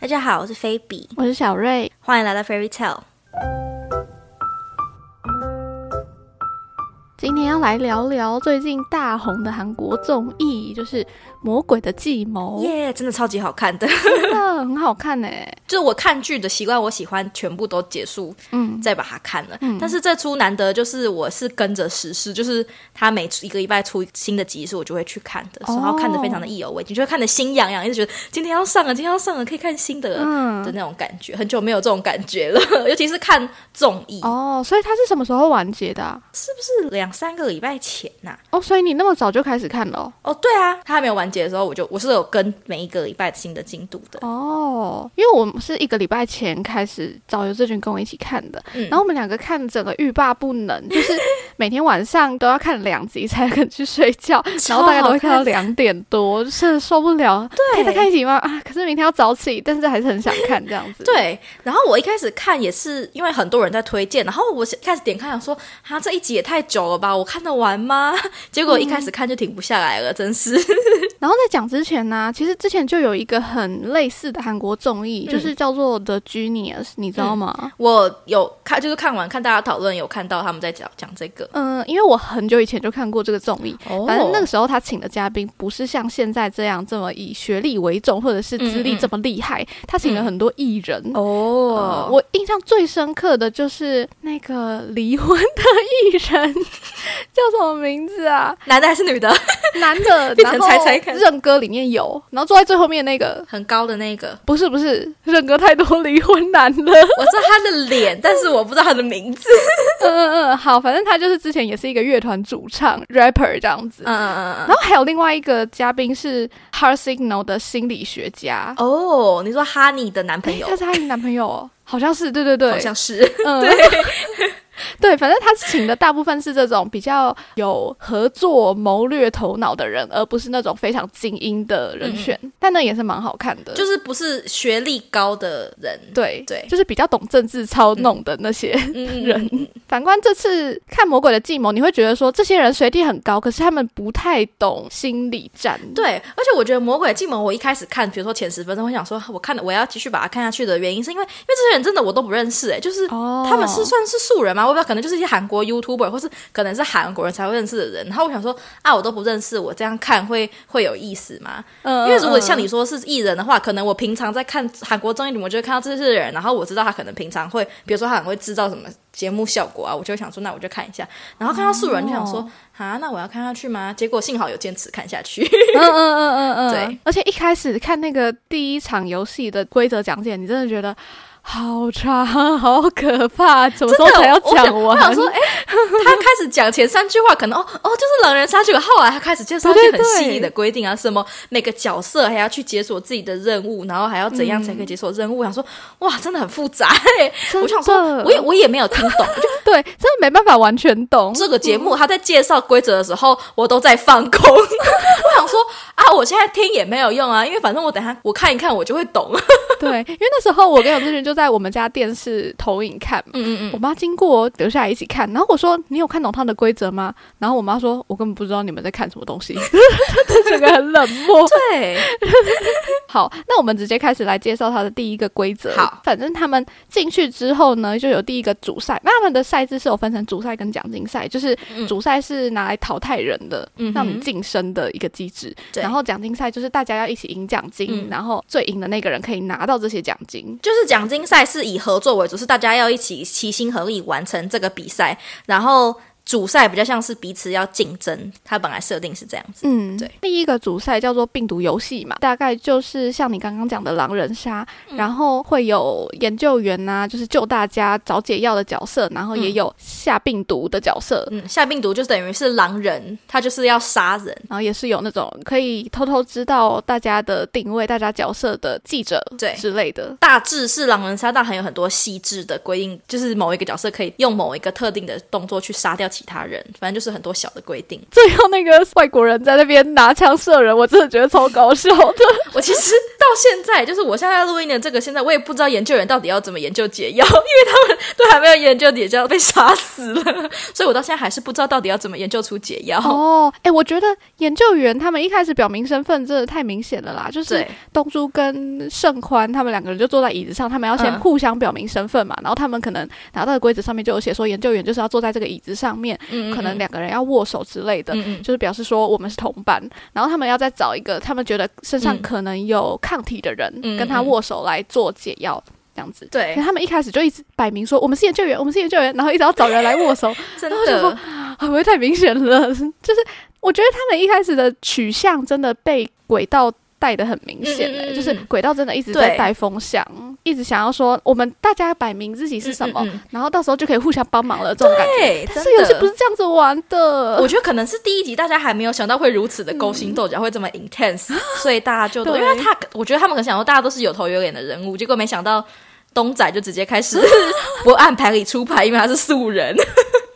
大家好，我是菲比，我是小瑞，欢迎来到 Fairy Tale。今天要来聊聊最近大红的韩国综艺，就是《魔鬼的计谋》耶、真的超级好看的。 真的很好看哎、就是我看剧的习惯，我喜欢全部都结束嗯，再把它看了。但是这出难得就是我是跟着时事，就是它每一个礼拜出新的集数，我就会去看的，哦然后看的非常的意犹嗯未尽，就会看的心痒痒，一直觉得今天要上了，今天要上了，可以看新的了、嗯的那种感觉。很久没有这种感觉了，尤 其是看综艺，哦，所以它是什么时候完结的啊、是两三个礼拜前呐、哦，所以你那么早就开始看了哦，对啊，它还没有完结的时候，我就我是有跟每一个礼拜新的进度的。哦？因为我们是一个礼拜前开始找游志军跟我一起看的，嗯然后我们两个看整个欲罢不能，就是每天晚上都要看两集才肯去睡觉，然后大概都会看到两点多，就是受不了。可以再看一集吗？啊，可是明天要早起，但是还是很想看这样子。对，然后我一开始看也是因为很多人在推荐，然后我开始点开想说，啊，这一集也太久了吧，我看得完吗？ 结果一开始看就停不下来了，真是。然后在讲之前呢、其实之前就有一个很类似的韩国综艺，嗯就是叫做《The Genius》，你知道吗？我有看，就是看完看大家讨论，有看到他们在讲讲这个。嗯、因为我很久以前就看过这个综艺。哦反正那个时候他请的嘉宾不是像现在这样这么以学历为重，或者是资历这么厉害，他请了很多艺人。哦呃我印象最深刻的就是那个离婚的艺人， 叫什么名字 啊？男的还是女的？男的，变成然后猜猜看任哥里面有，然后坐在最后面那个，很高的那个，不是不是，任哥太多离婚男 了。我知道他的脸，但是我不知道他的名字。嗯嗯嗯，好，反正他就是之前也是一个乐团主唱 rapper 这样子。嗯嗯嗯然后还有另外一个嘉宾是 Heart Signal 的心理学家，嗯。哦，你说哈尼的男朋友他，是她的男朋友哦，好像是，对对对，好像是。 嗯，对。 对，反正他请的大部分是这种比较有合作谋略头脑的人，而不是那种非常精英的人选。但那也是蛮好看的，嗯就是不是学历高的人，对对就是比较懂政治操弄的那些。嗯人嗯嗯 反观这次看《魔鬼的计谋》，你会觉得说这些人学历很高，可是他们不太懂心理战。对，而且我觉得《魔鬼的计谋》，我一开始看，比如说前十分钟，我想说，我看了，我要继续把它看下去的原因，是因为因为这些人真的我都不认识、哎，就是。哦，他们是算是素人吗？我不知道，可能就是一些韩国 YouTuber 或是可能是韩国人才会认识的人。然后我想说，啊，我都不认识，我这样看会会有意思吗？嗯，因为如果像你你说是艺人的话，可能我平常在看韩国综艺里面，我就会看到这些人，然后我知道他可能平常会，比如说他很会制造什么节目效果啊，我就会想说，那我就看一下。然后看到素人就想哦说，啊、那我要看下去吗？结果幸好有坚持看下去。 嗯嗯嗯嗯嗯，对。而且一开始看那个第一场游戏的规则讲解，你真的觉得好长，好可怕，什么时候才要讲我完？想说，哎、 他开始讲前三句话，可能哦哦，就是狼人杀这个。后来他开始介绍一些对对很对细腻的规定啊，什么每个角色还要去解锁自己的任务，然后还要怎样才可以解锁任务。我想说，哇，真的很复杂、欸。嗯真的我想说，我也我也没有听懂，就对，真的没办法完全懂。这个节目他在介绍规则的时候，我都在放空。 我想说啊，我现在听也没有用啊，因为反正我等下我看一看，我就会懂。对，因为那时候我跟有志群就在我们家电视投影看嘛，嗯嗯我妈经过留下来一起看，然后我说你有看懂它的规则吗？然后我妈说我根本不知道你们在看什么东西， 就整个很冷漠。对，好，那我们直接开始来介绍它的第一个规则。好，反正他们进去之后呢，就有第一个主赛。那他们的赛制是有分成主赛跟奖金赛，就是嗯主赛是拿来淘汰人的，嗯哼让你晋升的一个机制。对然后奖金赛就是大家要一起赢奖金，嗯然后最赢的那个人可以拿到这些奖金。就是奖金赛是以合作为主，是大家要一起齐心合力完成这个比赛，然后主赛比较像是彼此要竞争，它本来设定是这样子。嗯，对。第一个主赛叫做病毒游戏嘛，大概就是像你刚刚讲的狼人杀，嗯然后会有研究员呐、就是救大家找解药的角色，然后也嗯有下病毒的角色，嗯，下病毒就等于是狼人，他就是要杀人。然后也是有那种可以偷偷知道大家的定位、大家角色的记者，对之类的。 大致是狼人杀，但还有很多细致的规定，就是某一个角色可以用某一个特定的动作去杀掉其他人，反正就是很多小的规定。最后那个外国人在那边拿枪射人，我真的觉得超搞笑的。 我其实到现在，就是我现在录音的这个现在，我也不知道研究人到底要怎么研究解药，因为他们都还没有研究解药，被杀死了， 所以我到现在还是不知道到底要怎么研究出解药。哦，哎、我觉得研究员他们一开始表明身份真的太明显了啦，就是对，东珠跟盛宽他们两个人就坐在椅子上，他们要先嗯互相表明身份嘛，然后他们可能拿到的规则上面就有写说研究员就是要坐在这个椅子上面，嗯可能两个人要握手之类的，嗯嗯，就是表示说我们是同伴，然后他们要再找一个他们觉得身上嗯可能有抗体的人、嗯跟他嗯握手来做解药。这样子，对可是他们一开始就一直摆明说我们是研究员，我们是研究员，然后一直要找人来握手， 真然后就的嗯说，会不会太明显了？ 就是我觉得他们一开始的取向真的被轨道带得很明显、嗯嗯欸嗯就是嗯轨道真的一直在对带风向，一直想要说我们大家摆明自己是什么，嗯嗯嗯然后到时候就可以互相帮忙了这种感觉。对，但欸真是游戏的不是这样子玩的，我觉得可能是第一集大家还没有想到会如此的勾心斗角，会这么 intense，所以大家就都嗯对因为他，我觉得他们可能想说大家都是有头有脸的人物，结果没想到东仔就直接开始 不按牌理出牌，因为他是素人。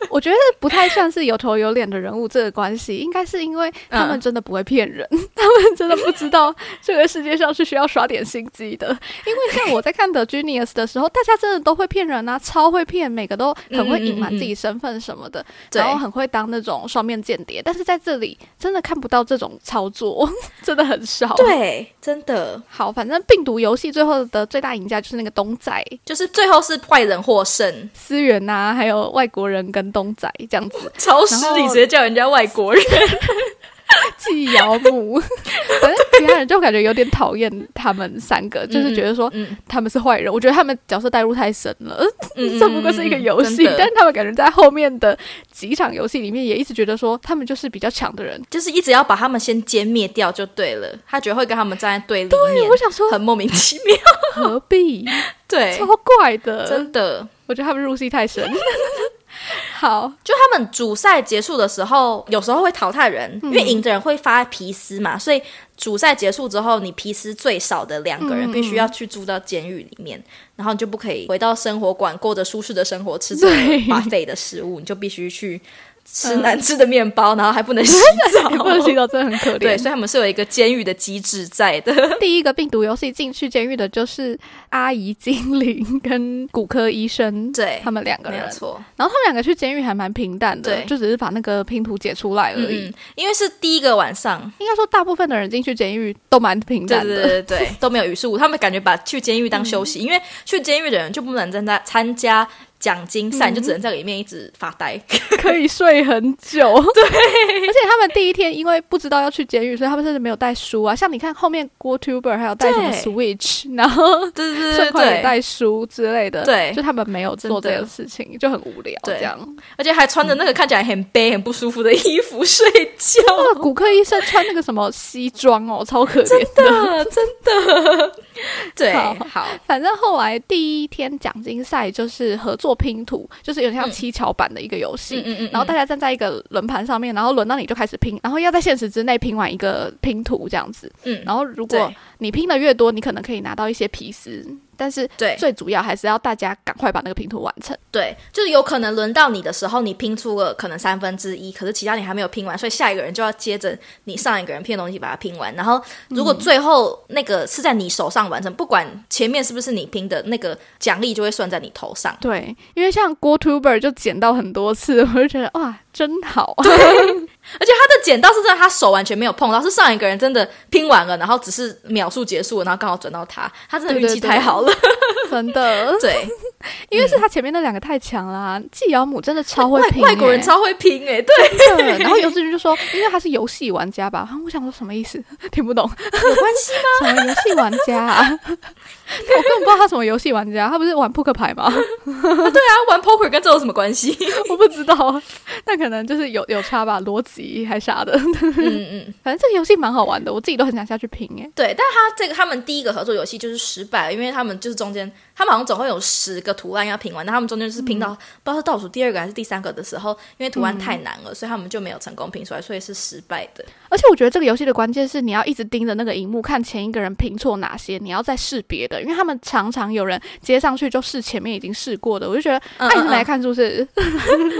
我觉得不太像是有头有脸的人物这个关系，应该是因为他们嗯真的不会骗人， 他们真的不知道这个世界上是需要耍点心机的。因为像我在看《The Genius》的时候，大家真的都会骗人啊，超会骗，每个都很会隐瞒自嗯己身份什么的，对 然后很会当那种双面间谍。但是在这里真的看不到这种操作， 真的很少。。对，真的好，反正病毒游戏最后的最大赢家就是那个东仔就是最后是坏人获胜，思源呐、啊还有外国人跟东仔这样子，超市然里后直接叫人家外国人。纪尧 木，反正其他人就感觉有点讨厌他们三个，就是觉得说嗯他们是坏人。我觉得他们角色代入太深了，嗯 这不过是一个游戏，但是他们感觉在后面的几场游戏里面也一直觉得说他们就是比较强的人。就是一直要把他们先歼灭掉就对了，他觉得会跟他们站在对立面我，想说很莫名其 妙。何必，对，超怪的，真的。我觉得他们入戏太深。好，就他们主赛结束的时候，有时候会淘汰人，因为赢的人会发皮斯嘛，所以主赛结束之后，你皮斯最少的两个人必须要去住到监狱里面，然后你就不可以回到生活馆过着舒适的生活，吃着 对巴费的食物，你就必须去吃难吃的面包，然后还不能洗 澡也。不能洗澡真的很可对，怜。所以他们是有一个监狱的机制在的。 第一个病毒游戏进去监狱的就是阿姨精灵跟骨科医生， 对他们两个没有人。错，然后他们两个去监狱还蛮平淡的，对就只是把那个拼图解出来而嗯已。嗯，因为是第一个晚上，应该说，大部分的人进去监狱都蛮平对淡对的。嗯对对对， 都没有语数，他们感觉把去监狱当休息，因为去监狱的人就不能参加参加奖金赛，嗯就只能在里面一直发 呆。可以睡很 久。对，而且他们第一天因为不知道要去监狱，所以他们甚至没有带书啊。像你看后面 GoTuber 还有带什么对 Switch，然后对对对顺快也对对，带书之类的。对就他们没有做这真的件事情，就很无聊对这样。而且还穿着那个看起来很悲、很不舒服的衣服睡 觉。那个哦骨科医生穿那个什么西装哦，超可怜。的，真的， 对，好好，反正后来第一天奖金赛就是合作拼图，就是有点像七巧板的一个游戏。嗯嗯然后家大家站在一个轮盘上面，然后轮到你就开始拼，然后要在限时之内拼完一个拼图这样子。嗯，然后如果对你拼的越多，你可能可以拿到一些皮丝，但是对最主要还是要大家赶快把那个拼图完成。对，就是有可能轮到你的时候，你拼出了可能三分之一，可是其他你还没有拼完，所以下一个人就要接着你上一个人拼的东西把它拼完。然后如果最后那个是在你手上完成，不管前面是不是你拼的，那个奖励就会算在你头上。对，因为像 GoTuber 就捡到很多次，我就觉得哇，真好。啊而且他的剪刀是真的，他手完全没有碰到，是上一个人真的拼完了，然后只是秒数结束了，然后刚好转到他，他真的运气对对对太好了。 真的，对，因为是他前面那两个太强啦，纪尧姆真的超会拼、嗯外外国人欸 超会拼诶、对，真的。然后游志军就说，因为他是游戏玩家吧，我想说什么意思， 听不懂。有关系吗？ 什么游戏玩家、 啊？我根本不知道他什么游戏玩家，他不是玩扑克牌吗？ 他啊玩 poker 跟这有什么关系？我不知道，那可能就是有有差吧，逻辑还啥的。嗯嗯。反正这个游戏蛮好玩的，我自己都很想下去拼欸诶、对，但他这个他们第一个合作游戏就是失败了，因为他们就是中间，他们好像总共有十个图案要拼完，但他们中间就是拼嗯到、不知道是倒数第二个还是第三个的时候，因为图案太难了，所以他们就没有成功拼出来，所以是失败的。而且我觉得这个游戏的关键是你要一直盯着那个荧幕看前一个人拼错哪些，你要再试别的，因为他们常常有人接上去就试前面已经试过的，我就觉得嗯哎，你嗯们 来看是不是？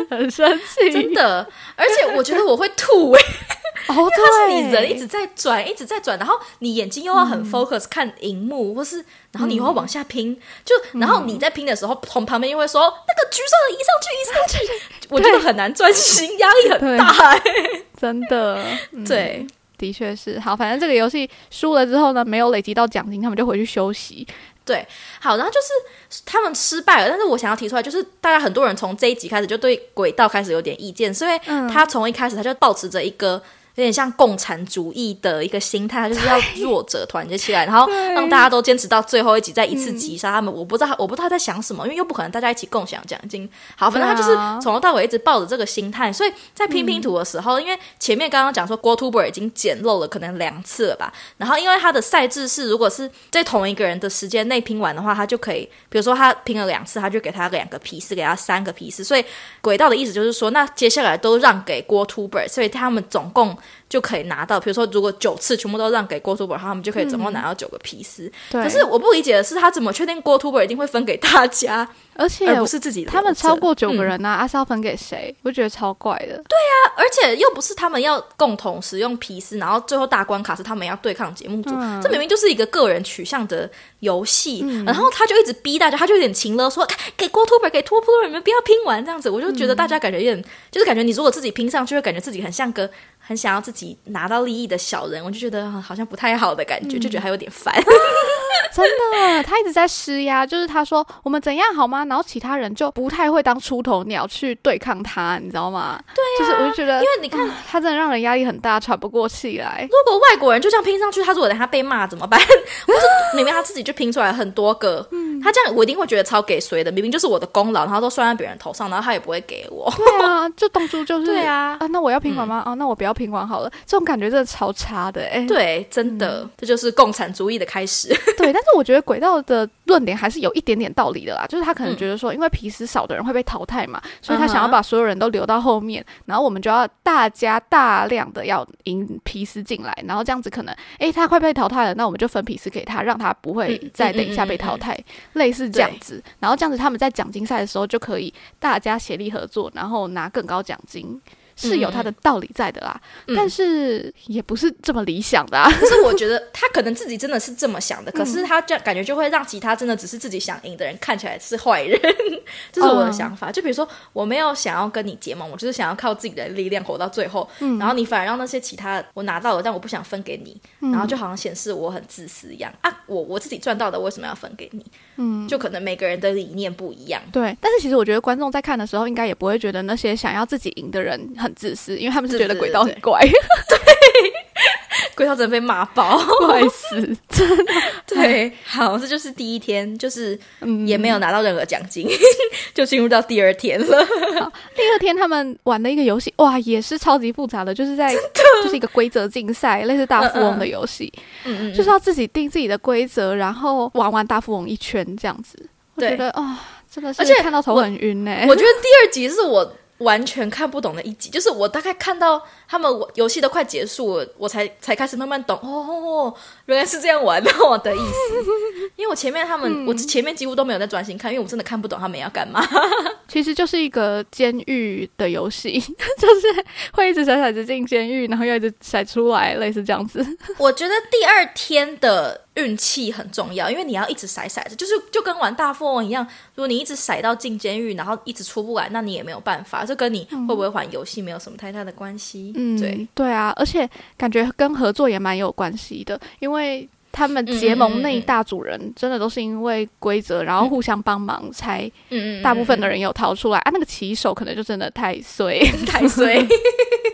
很生嗯真气。的，而且我觉得我会吐哎、哦，它是你 对，嗯人一直在转，一直在转，然后你眼睛又要很 focus 看荧幕，或是然后你又要往下拼，就嗯然后你在拼的时候，从旁边又会说那个橘色的移上去，移上去，我觉得很难专心，压力很大、欸。真 的，嗯对，的确是。好，反正这个游戏输了之后呢，没有累积到奖金，他们就回去休息。好，然后就是他们失败了，但是我想要提出来，就是大家很多人从这一集开始就对轨道开始有点意见，是因为他从一开始他就保持着一个。有点像共产主义的一个心态，他就是要弱者团结起来，然后让大家都坚持到最后一集，再一次击杀他们。我不知道，我不知道他在想什么，因为又不可能大家一起共享奖金。好，反正他就对是啊从头到尾一直抱着这个心态，所以在拼拼图的时嗯候，因为前面刚刚讲说郭 Tuber 已经捡漏了可能两次了吧，然后因为他的赛制是，如果是在同一个人的时间内拼完的话，他就可以，比如说他拼了两次，他就给他两个皮斯，给他三个皮斯。所以轨道的意思就是说，那接下来都让给郭 Tuber，所以他们总共就可以拿到，比如说如果九次全部都让给郭 Tuber，他们就可以总共拿到九个皮斯。对，可是我不理解的是，他怎么确定郭 Tuber 一定会分给大家，而且而不是自己留着他们超过九个人呐、啊，阿、是要分给嗯谁？我觉得超怪的。对，而且又不是他们要共同使用皮斯，然后最后大关卡是他们要对抗节目组，嗯这明明就是一个个人取向的游戏。然后他就一直逼大家，他就有点勤了，说给郭托本，给托普勒，你们不要拼完这样子。我就觉得大家感觉有点，就是感觉你如果自己拼上去，会感觉自己很像个很想要自己拿到利益的小人，我就觉得啊好像不太好的感觉，就觉得还有点烦。真的，他一直在施压，就是他说我们怎样好吗？然后其他人就不太会当出头鸟去对抗他，你知道吗？对、就是我就觉得，因啊因为你看，他真的让人压力很大，喘不过气 来。如果外国人就这样拼上去，他如果等下被骂怎么办？ 我是明明他自己就拼出来很多个，他这样我一定会觉得超给谁的，明明就是我的功劳，然后都算在别人头上，然后他也不会给我。对啊，就当初就是对啊那我要平管吗？哦、那我不要平管好了。这种感觉真的超差的、哎，对，真的，这就是共产主义的开始。 对，但是我觉得轨道的论点还是有一点点道理的啦，就是他可能觉得说，因为皮斯少的人会被淘汰嘛，所以他想要嗯嗯哼把所有人都留到后面，然后我们就要大家大量的要引皮斯进来，然后这样子可能，诶，他快被淘汰了，那我们就分皮斯给他，让他不会嗯再嗯等一下嗯被嗯淘嗯汰，类似这样对子，然后这样子他们在奖金赛的时候就可以大家协力合作，然后拿更高奖金。是有它的道理在的啦，嗯但是也不是这么理想的啊。 可是我觉得他可能自己真的是这么 想的，可是他这样感觉就会让其他真的只是自己想赢的人看起来是坏人， 这是我的想法。就比如说，我没有想要跟你结盟，我就是想要靠自己的力量活到最后，然后你反而让那些其他我拿到了，但我不想分给你，然后就好像显示我很自私一样啊！我我自己赚到的，为什么要分给你？嗯，就可能每个人的理念不一样。对，但是其实我觉得观众在看的时候，应该也不会觉得那些想要自己赢的人很自私，因为他们是觉得轨道很怪，龟头真的被骂爆。怪死。 对，嗯好，这就是第一天，就是也没有拿到任何奖金， 就进入到第二天了。 第二天他们玩的一个游戏，哇，也是超级复杂的，就是在就是一个规则竞赛，类似大富翁的游戏，嗯嗯，就是要自己定自己的规则，然后玩完大富翁一圈这样子。我觉对得啊、真的是而且看到头我很晕呢、欸我觉得第二集是我完全看不懂的一集，就是我大概看到他们游戏都快结束了，我才才开始慢慢懂哦哦哦，原来是这样玩哦的意思。 因为我前面他们，我前面几乎都没有在专心看，因为我真的看不懂他们要干嘛。 其实就是一个监狱的游戏， 就是会一直甩骰子进监狱，然后又一直甩出来，类似这样子。 我觉得第二天的运气很重要，因为你要一直甩骰子，就是就跟玩大富翁一样，如果你一直甩到进监狱，然后一直出不来，那你也没有办法，这跟你会不会玩游戏没有什么太大的关系。嗯，对，啊，而且感觉跟合作也蛮有关系的，因为他们结嗯嗯嗯盟那一嗯大组人，真的都是因为规则，然后互相帮忙，才嗯嗯，大部分的人人有逃出来、啊。那个骑手可能就真的太 衰，太衰，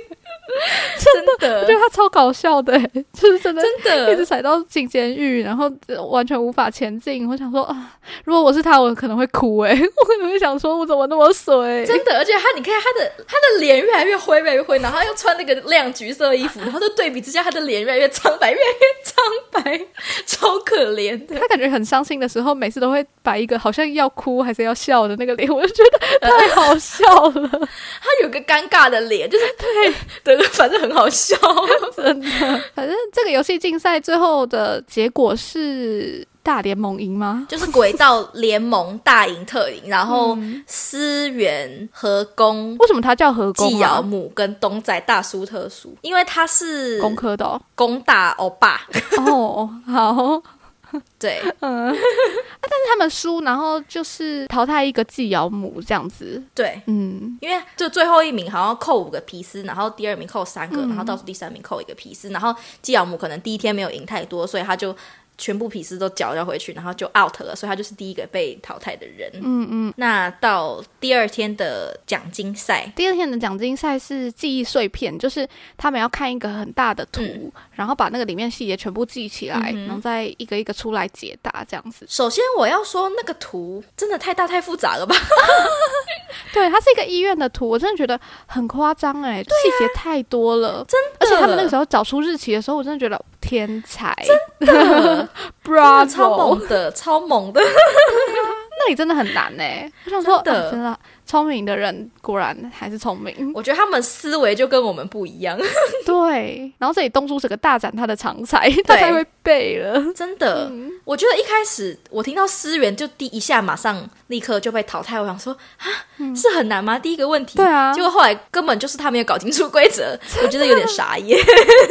真我的觉得他超搞笑的、就是真的。真一直的，踩到进监狱，然后呃完全无法前进。我想说啊，如果我是他，我可能会哭诶、 我可能会想说，我怎么那么衰？真的，而且他，你看他的他的脸越来越灰，越来越灰，然后他又穿那个亮橘色衣 服，然后就对比之下，他的脸越来越苍白，越来越苍白，超可怜的。他感觉很伤心的时候，每次都会摆一个好像要哭还是要笑的那个脸，我就觉得太好笑 了。他有个尴尬的脸，就是 对对，反正很好 笑。真的，反正这个游戏竞赛最后的结果是大联盟营吗？就是轨道联盟大营特营，然后思源和工、为什么它叫河工、啊？纪尧姆跟东仔大叔特叔，因为他是工科的哦。工大欧巴，哦，好，对，嗯， 啊，但是他们输，然后就是淘汰一个纪尧姆这样子，对，嗯，因为就最后一名好像扣五个皮斯，然后第二名扣三个，然后倒数第三名扣一个皮斯，然后基尧姆可能第一天没有赢太多，所以他就全部皮斯都缴交回去，然后就 out 了，所以他就是第一个被淘汰的人。嗯嗯，那到第二天的奖金赛，第二天的奖金赛是记忆碎片，就是他们要看一个很大的图，嗯然后把那个里面细节全部记起来，然后再一个一个出来解答这样子。首先我要说那个图真的太大太复杂 了吧？对，它是一个医院的图，我真的觉得很夸张哎，细啊节太多了，真而且他们那个时候找出日期的时候，我真的觉得天才，真的真的超，bravo！猛的，超猛的。那你真的很难哎、我想说，真的啊真的聪明的人果然还是聪明，我觉得他们思维就跟我们不一样，对。然后这里东叔整个大展他的长才，他太会背 了，真的。我觉得一开始我听到思源就第一下马上立刻就被淘汰，我想说啊，是很难吗？第一个问题，对啊结果后来根本就是他没有搞清楚规则，我觉得有点傻眼。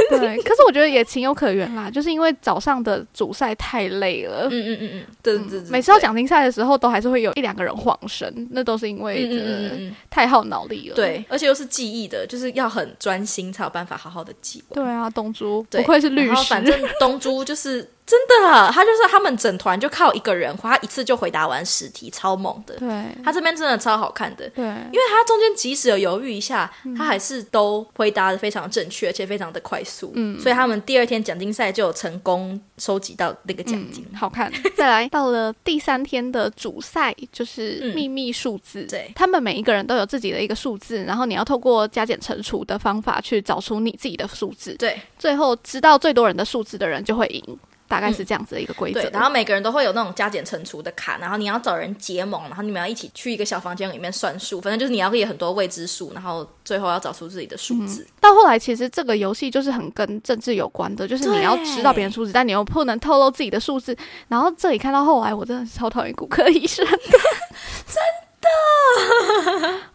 对。可是我觉得也情有可原啦，就是因为早上的主赛太累了。嗯嗯嗯嗯，对对对对，每次到奖金赛的时候，都还是会有一两个人晃神，那都是因对嗯嗯为嗯呃嗯嗯，太耗脑力了。对，而且又是记忆的，就是要很专心才有办法好好的记完。对啊，东珠对不愧是律然后师反，正东珠就是真的，他就是他们整团就靠一个人，他一次就回答完十题，超猛的。对他这边真的超好看的，对，因为他中间即使有犹豫一下，他还是都回答的非常正确，而且非常的快速。嗯，所以他们第二天奖金赛就有成功收集到那个奖金。嗯好看。再来到了第三天的主赛，就是嗯秘密数字。对他们每一个人都有自己的一个数字，然后你要透过加减乘除的方法去找出你自己的数字，对最后知道最多人的数字的人就会赢，大概是这样子的一个规则。嗯对，然后每个人都会有那种加减乘除的卡，然后你要找人结盟，然后你们要一起去一个小房间里面算数，反正就是你要列很多未知数，然后最后要找出自己的数字。到后来，其实这个游戏就是很跟政治有关的，就是你对要知道别人数字，但你又不能透露自己的数字。然后这里看到后来，我真的是超讨厌骨科医生的，真的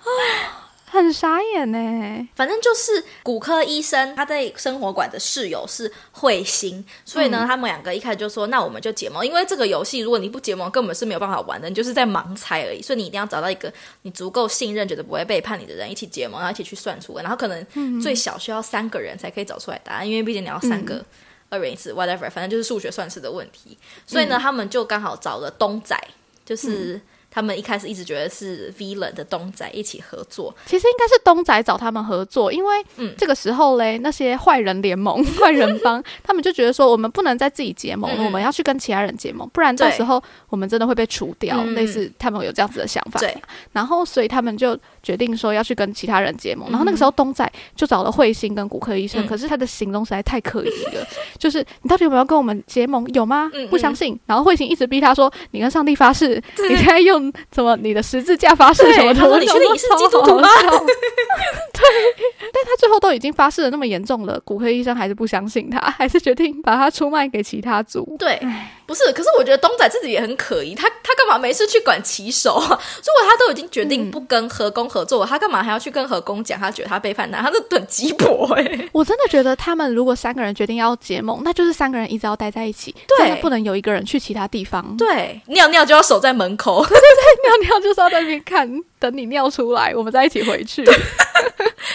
很傻眼欸呢、反正就是骨科医生，他在生活馆的室友是彗星，所以呢，他们两个一开始就说，那我们就结盟，因为这个游戏如果你不结盟，根本是没有办法玩的，你就是在盲猜而已，所以你一定要找到一个你足够信任、觉得不会背叛你的人一起结盟，然后一起去算出来，然后可能最少需要三个人才可以找出来答案，因为毕竟你要三个。二元一次，whatever，反正就是数学算式的问题。所以呢，他们就刚好找了东仔，就是他们一开始一直觉得是 villain 的东仔一起合作，其实应该是东仔找他们合作，因为嗯这个时候嘞，那些坏人联盟、 坏人 帮，他们就觉得说，我们不能再自己结盟了，嗯嗯我们要去跟其他人结盟，不然到对时候我们真的会被除掉。嗯嗯类似他们有这样子的想法，对，然后所以他们就决定说要去跟其他人结盟。然后那个时候东仔就找了彗星跟骨科医生，嗯可是他的行动实在太可疑了，就是你到底有没有跟我们结盟？有吗嗯嗯？不相信。然后彗星一直逼他说，你跟上帝发誓，对你该用什么你的十字架发誓对什么他的。说我你想确定说你是超基督好徒吗笑 对，但他最后都已经发誓的那么严重了，骨科医生还是不相信他， 还是决定把他出卖给其他族。对，不是，可是我觉得东仔自己也很可疑，他他干嘛没事去管骑手 啊？如果他都已经决定不跟和工合作，他干嘛还要去跟和工讲？他觉得他背叛他，他就很鸡婆哎、我真的觉得他们如果三个人决定要结盟，那就是三个人一直要待在一起，对真的不能有一个人去其他地方。对，尿尿就要守在门口， 尿尿就是要在那边看，等你尿出来，我们再一起回 去。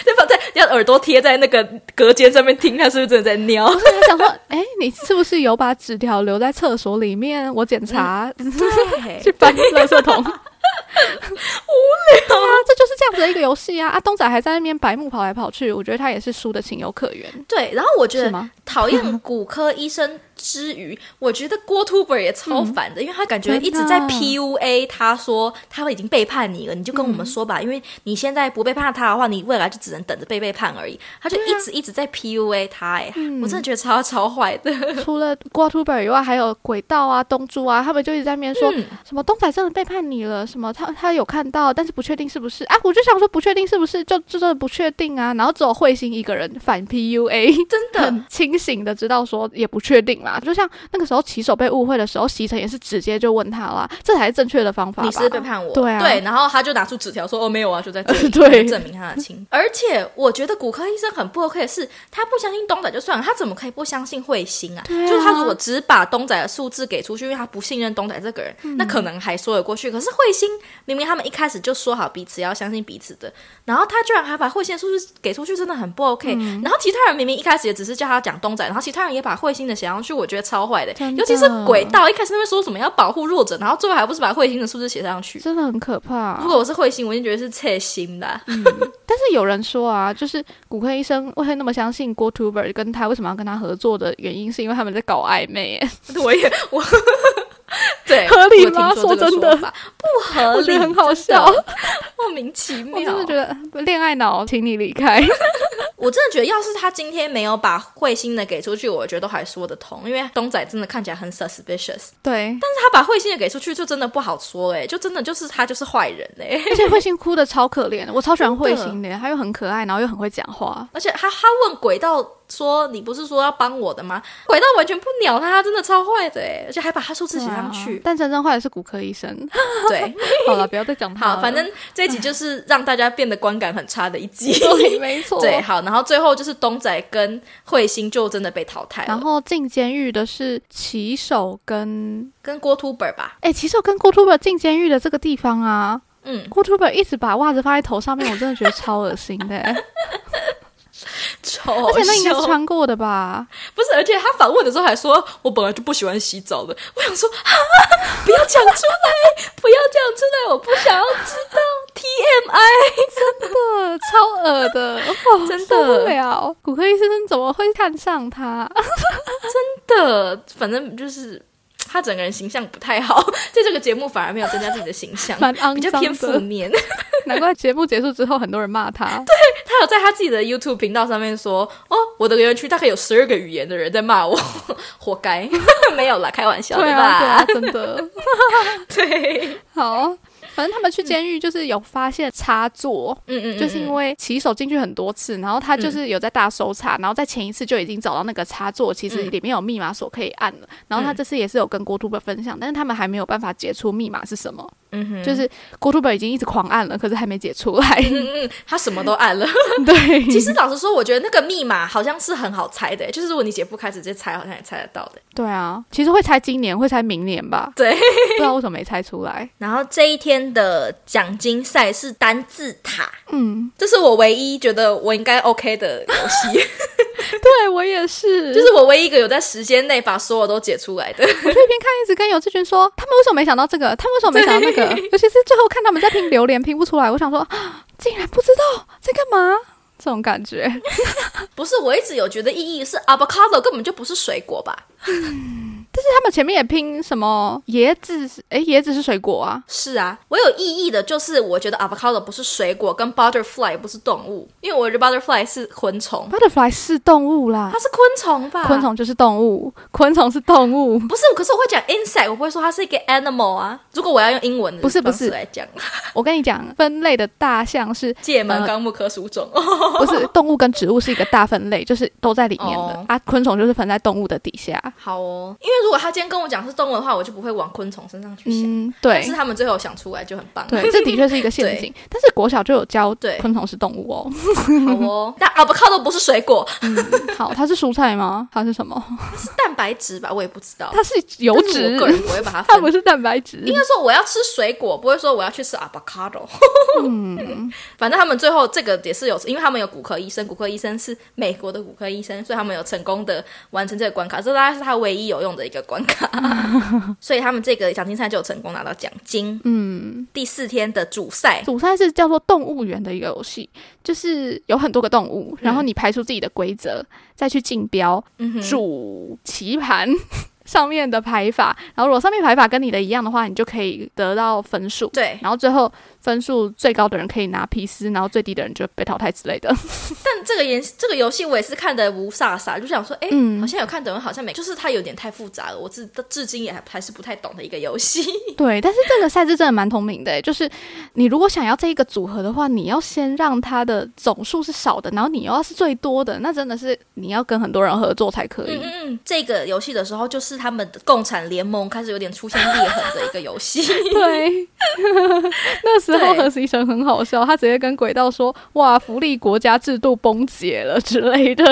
对吧？在要耳朵贴在那个隔间上面听他是不是真的在尿。我就想说，哎、你是不是有把纸条留在厕所里面？我检查，对去搬垃圾桶。无聊啊，这就是这样子的一个游戏啊！啊，东仔还在那边白目跑来跑去，我觉得他也是输的情有可原， 对，然后我觉是得吗？讨厌骨科医生之余，我觉得郭 Tuber 也超烦的，因为他感觉一直在嗯真的 PUA，他说他已经背叛你了，你就跟我们说吧，嗯因为你现在不背叛他的话，你未来就只能等着被背叛而已。他就一啊直一直在 PUA 他、哎、我真的觉得超超坏的。嗯除了 g u a t u b e r 以外，还有轨道啊、东珠啊，他们就一直在那边说、嗯什么东仔真的背叛你了，什么他他有看到，但是不确定是不是啊？我就就想说不确定是不是，就就真的不确定啊。然后只有慧心一个人反 PUA，真的很清醒的知道说也不确定啦。就像那个时候骑手被误会的时候，席晨也是直接就问他啦，这才是正确的方法吧。你是背叛我，对啊对，然后他就拿出纸条说：“哦，没有啊，就在这里，对证明他的亲。”而且我觉得骨科医生很不 OK 的是，他不相信东仔就算了，他怎么可以不相信彗星啊？对啊就是他如果只把东仔的数字给出去，因为他不信任东仔这个人，嗯那可能还说得过去。可是彗星明明他们一开始就说好彼此要相信彼此的，然后他居然还把彗星的数字给出去，真的很不 OK。然后嗯其他人明明一开始也只是叫他讲东仔，然后其他人也把彗星的写上去，我觉得超坏的真，的尤其是轨道一开始那边说什么要保护弱者，然后最后还不是把彗星的数字写上去。真的很可怕。嗯如果我是彗星，我一定觉得是切心 的。但是有人说啊，就是骨科医生会那么相信郭 Tuber，跟他为什么要跟他合作的原因，是因为他们在搞暧昧耶。我也 我，对，合理我吗有听说这个说真的法不合理，我觉得很好真的笑，莫名其妙。我真的觉得恋爱脑，请你 离开。我真的觉得，要是他今天没有把彗星的给出去，我觉得都还说得通，因为东仔真的看起来很 suspicious。对，但是他把彗星的给出去，就真的不好说哎、就真的就是他就是坏人哎、而且彗星哭的超可怜的，我超喜欢真彗的星的，他又很可爱，然后又很会讲话。而且他他问轨道说：“你不是说要帮我的吗？”轨道完全不鸟他，真的超坏的哎、而且还把他数字写上去。啊但真正坏的是骨科医生。 对，好了，不要再讲他了。好，反正这一集就是让大家变得观感很差的一集。 对， 没错。对，好，然后最后就是东仔跟彗星就真的被淘汰然了，后进监狱的是骑手跟跟郭秃本吧。哎，骑手跟郭 Tuber 进监狱的这个地方啊，嗯，郭 Tuber 一直把袜子放在头上面，我真的觉得超恶心的。欸超而且那应该 好笑是穿过的吧？不是，而且他反问的时候还说：“我本来就不喜欢洗澡的。”我想说，啊、不要讲出来，不要讲出来，我不想要知道 TMI。呃，超恶的，哇真的受不了。骨科医生怎么会看上他？，的，反正就是他整个人形象不太好， 在这个节目反而没有增加自己的形象蛮肮比较脏偏负的，面。难怪节目结束之后很多人骂 他。他有在他自己的 YouTube 频道上面说：“哦，我的留言区大概有十二个语言的人在骂我， 活该。” 没有啦，开玩笑的对吧？啊，对啊，真的。 对，嗯好，反正他们去监狱就是有发现插座，嗯嗯，就是因为为骑手进去很多次，然后他就是有在大搜查，然后在前一次就已经找到那个插座，其实嗯里面有密码锁可以按了。然后他嗯这次也是有跟郭 t u b e 分享，但是他们还没有办法解除密码是什么，嗯哼，就是郭 t u b e 已经一直狂按了，可是还没解出来。嗯嗯，他什么都按了。 对，其实老实说，我觉得那个密码好像是很好猜的，欸就是如果你解不开，直接猜好像也猜得到的。 欸对啊，其实会猜今年，会猜明年吧？ 对，不知道为什么没猜 出来。然后这一天的奖金赛是单字塔，嗯，这是我唯一觉得我应该 OK 的游 戏，对我也是，就是我唯一一个有在时间内把所有都解出来的。我就一边看，一直跟有志群说，他们为什么没想到这个？他们为什么没想到那个？尤其是最后看他们在拼榴莲拼不出来，我想说， 啊竟然不知道在干嘛。这种感觉，不是，我一直有觉得意义是 avocado 根本就不是水果吧？但他们前面也拼什么椰子？诶，椰子是水果啊，是啊，我有意义的就是我觉得 avocado 不是水果，跟 butterfly 不是动物，因为我觉得 butterfly 是昆虫， butterfly 是啊动物啦它，是昆虫吧？昆虫就是动物， 昆虫是动物，不是，可是我会讲 insect，我不会说它是一个 animal 啊。如果我要用英文的不是不是方式来讲，我跟你讲，分类的大象 是界门呃纲目科属种。不是动物跟植物是一个大分类，就是都在里面的、哦啊。昆虫就是分在动物的底下。好哦，因为如果他今天跟我讲是动物的话，我就不会往昆虫身上去想。嗯，但对是他们最后想出来就很棒。 对，这的确是一个陷阱。但是国小就有教对昆虫是动物 哦。 好哦，但 avocado 不是水果，好，它是蔬菜吗？它是什么？是蛋白质吧？我也不知道。它是油但是脂我，个人不会把它 它分不是蛋白质。应该说我要吃水果，不会说我要去吃 avocado。反正嗯他们最后这个也是有，因为他们有骨科医生，骨科医生是美国的骨科医生，所以他们有成功的完成这个关卡，这大概是他唯一有用的一个关卡。所以他们这个奖金赛就有成功拿到奖金。嗯，第四天的主赛，主赛是叫做动物园的一个游戏，就是有很多个动物，嗯然后你排出自己的规则，再去竞标嗯哼，主棋盘。上面的排法，然后如果上面排法跟你的一样的话，你就可以得到分数。对，然后最后分数最高的人可以拿皮斯，然后最低的人就被淘汰之类的。但这个游这个游戏我也是看的无傻傻，就想说，哎、嗯好像有看懂，好像没，就是它有点太复杂了，我至至今也还还是不太懂的一个游戏。对，但是这个赛制真的蛮透明的欸，就是你如果想要这一个组合的话，你要先让它的总数是少的，然后你又要是最多的，那真的是你要跟很多人合作才可以。嗯嗯嗯，这个游戏的时候，就是他们的共产联盟开始有点出现裂痕的一个游戏。对， 那时候对何其神很好笑，他直接跟轨道说：“哇，福利国家制度崩解了之类的。”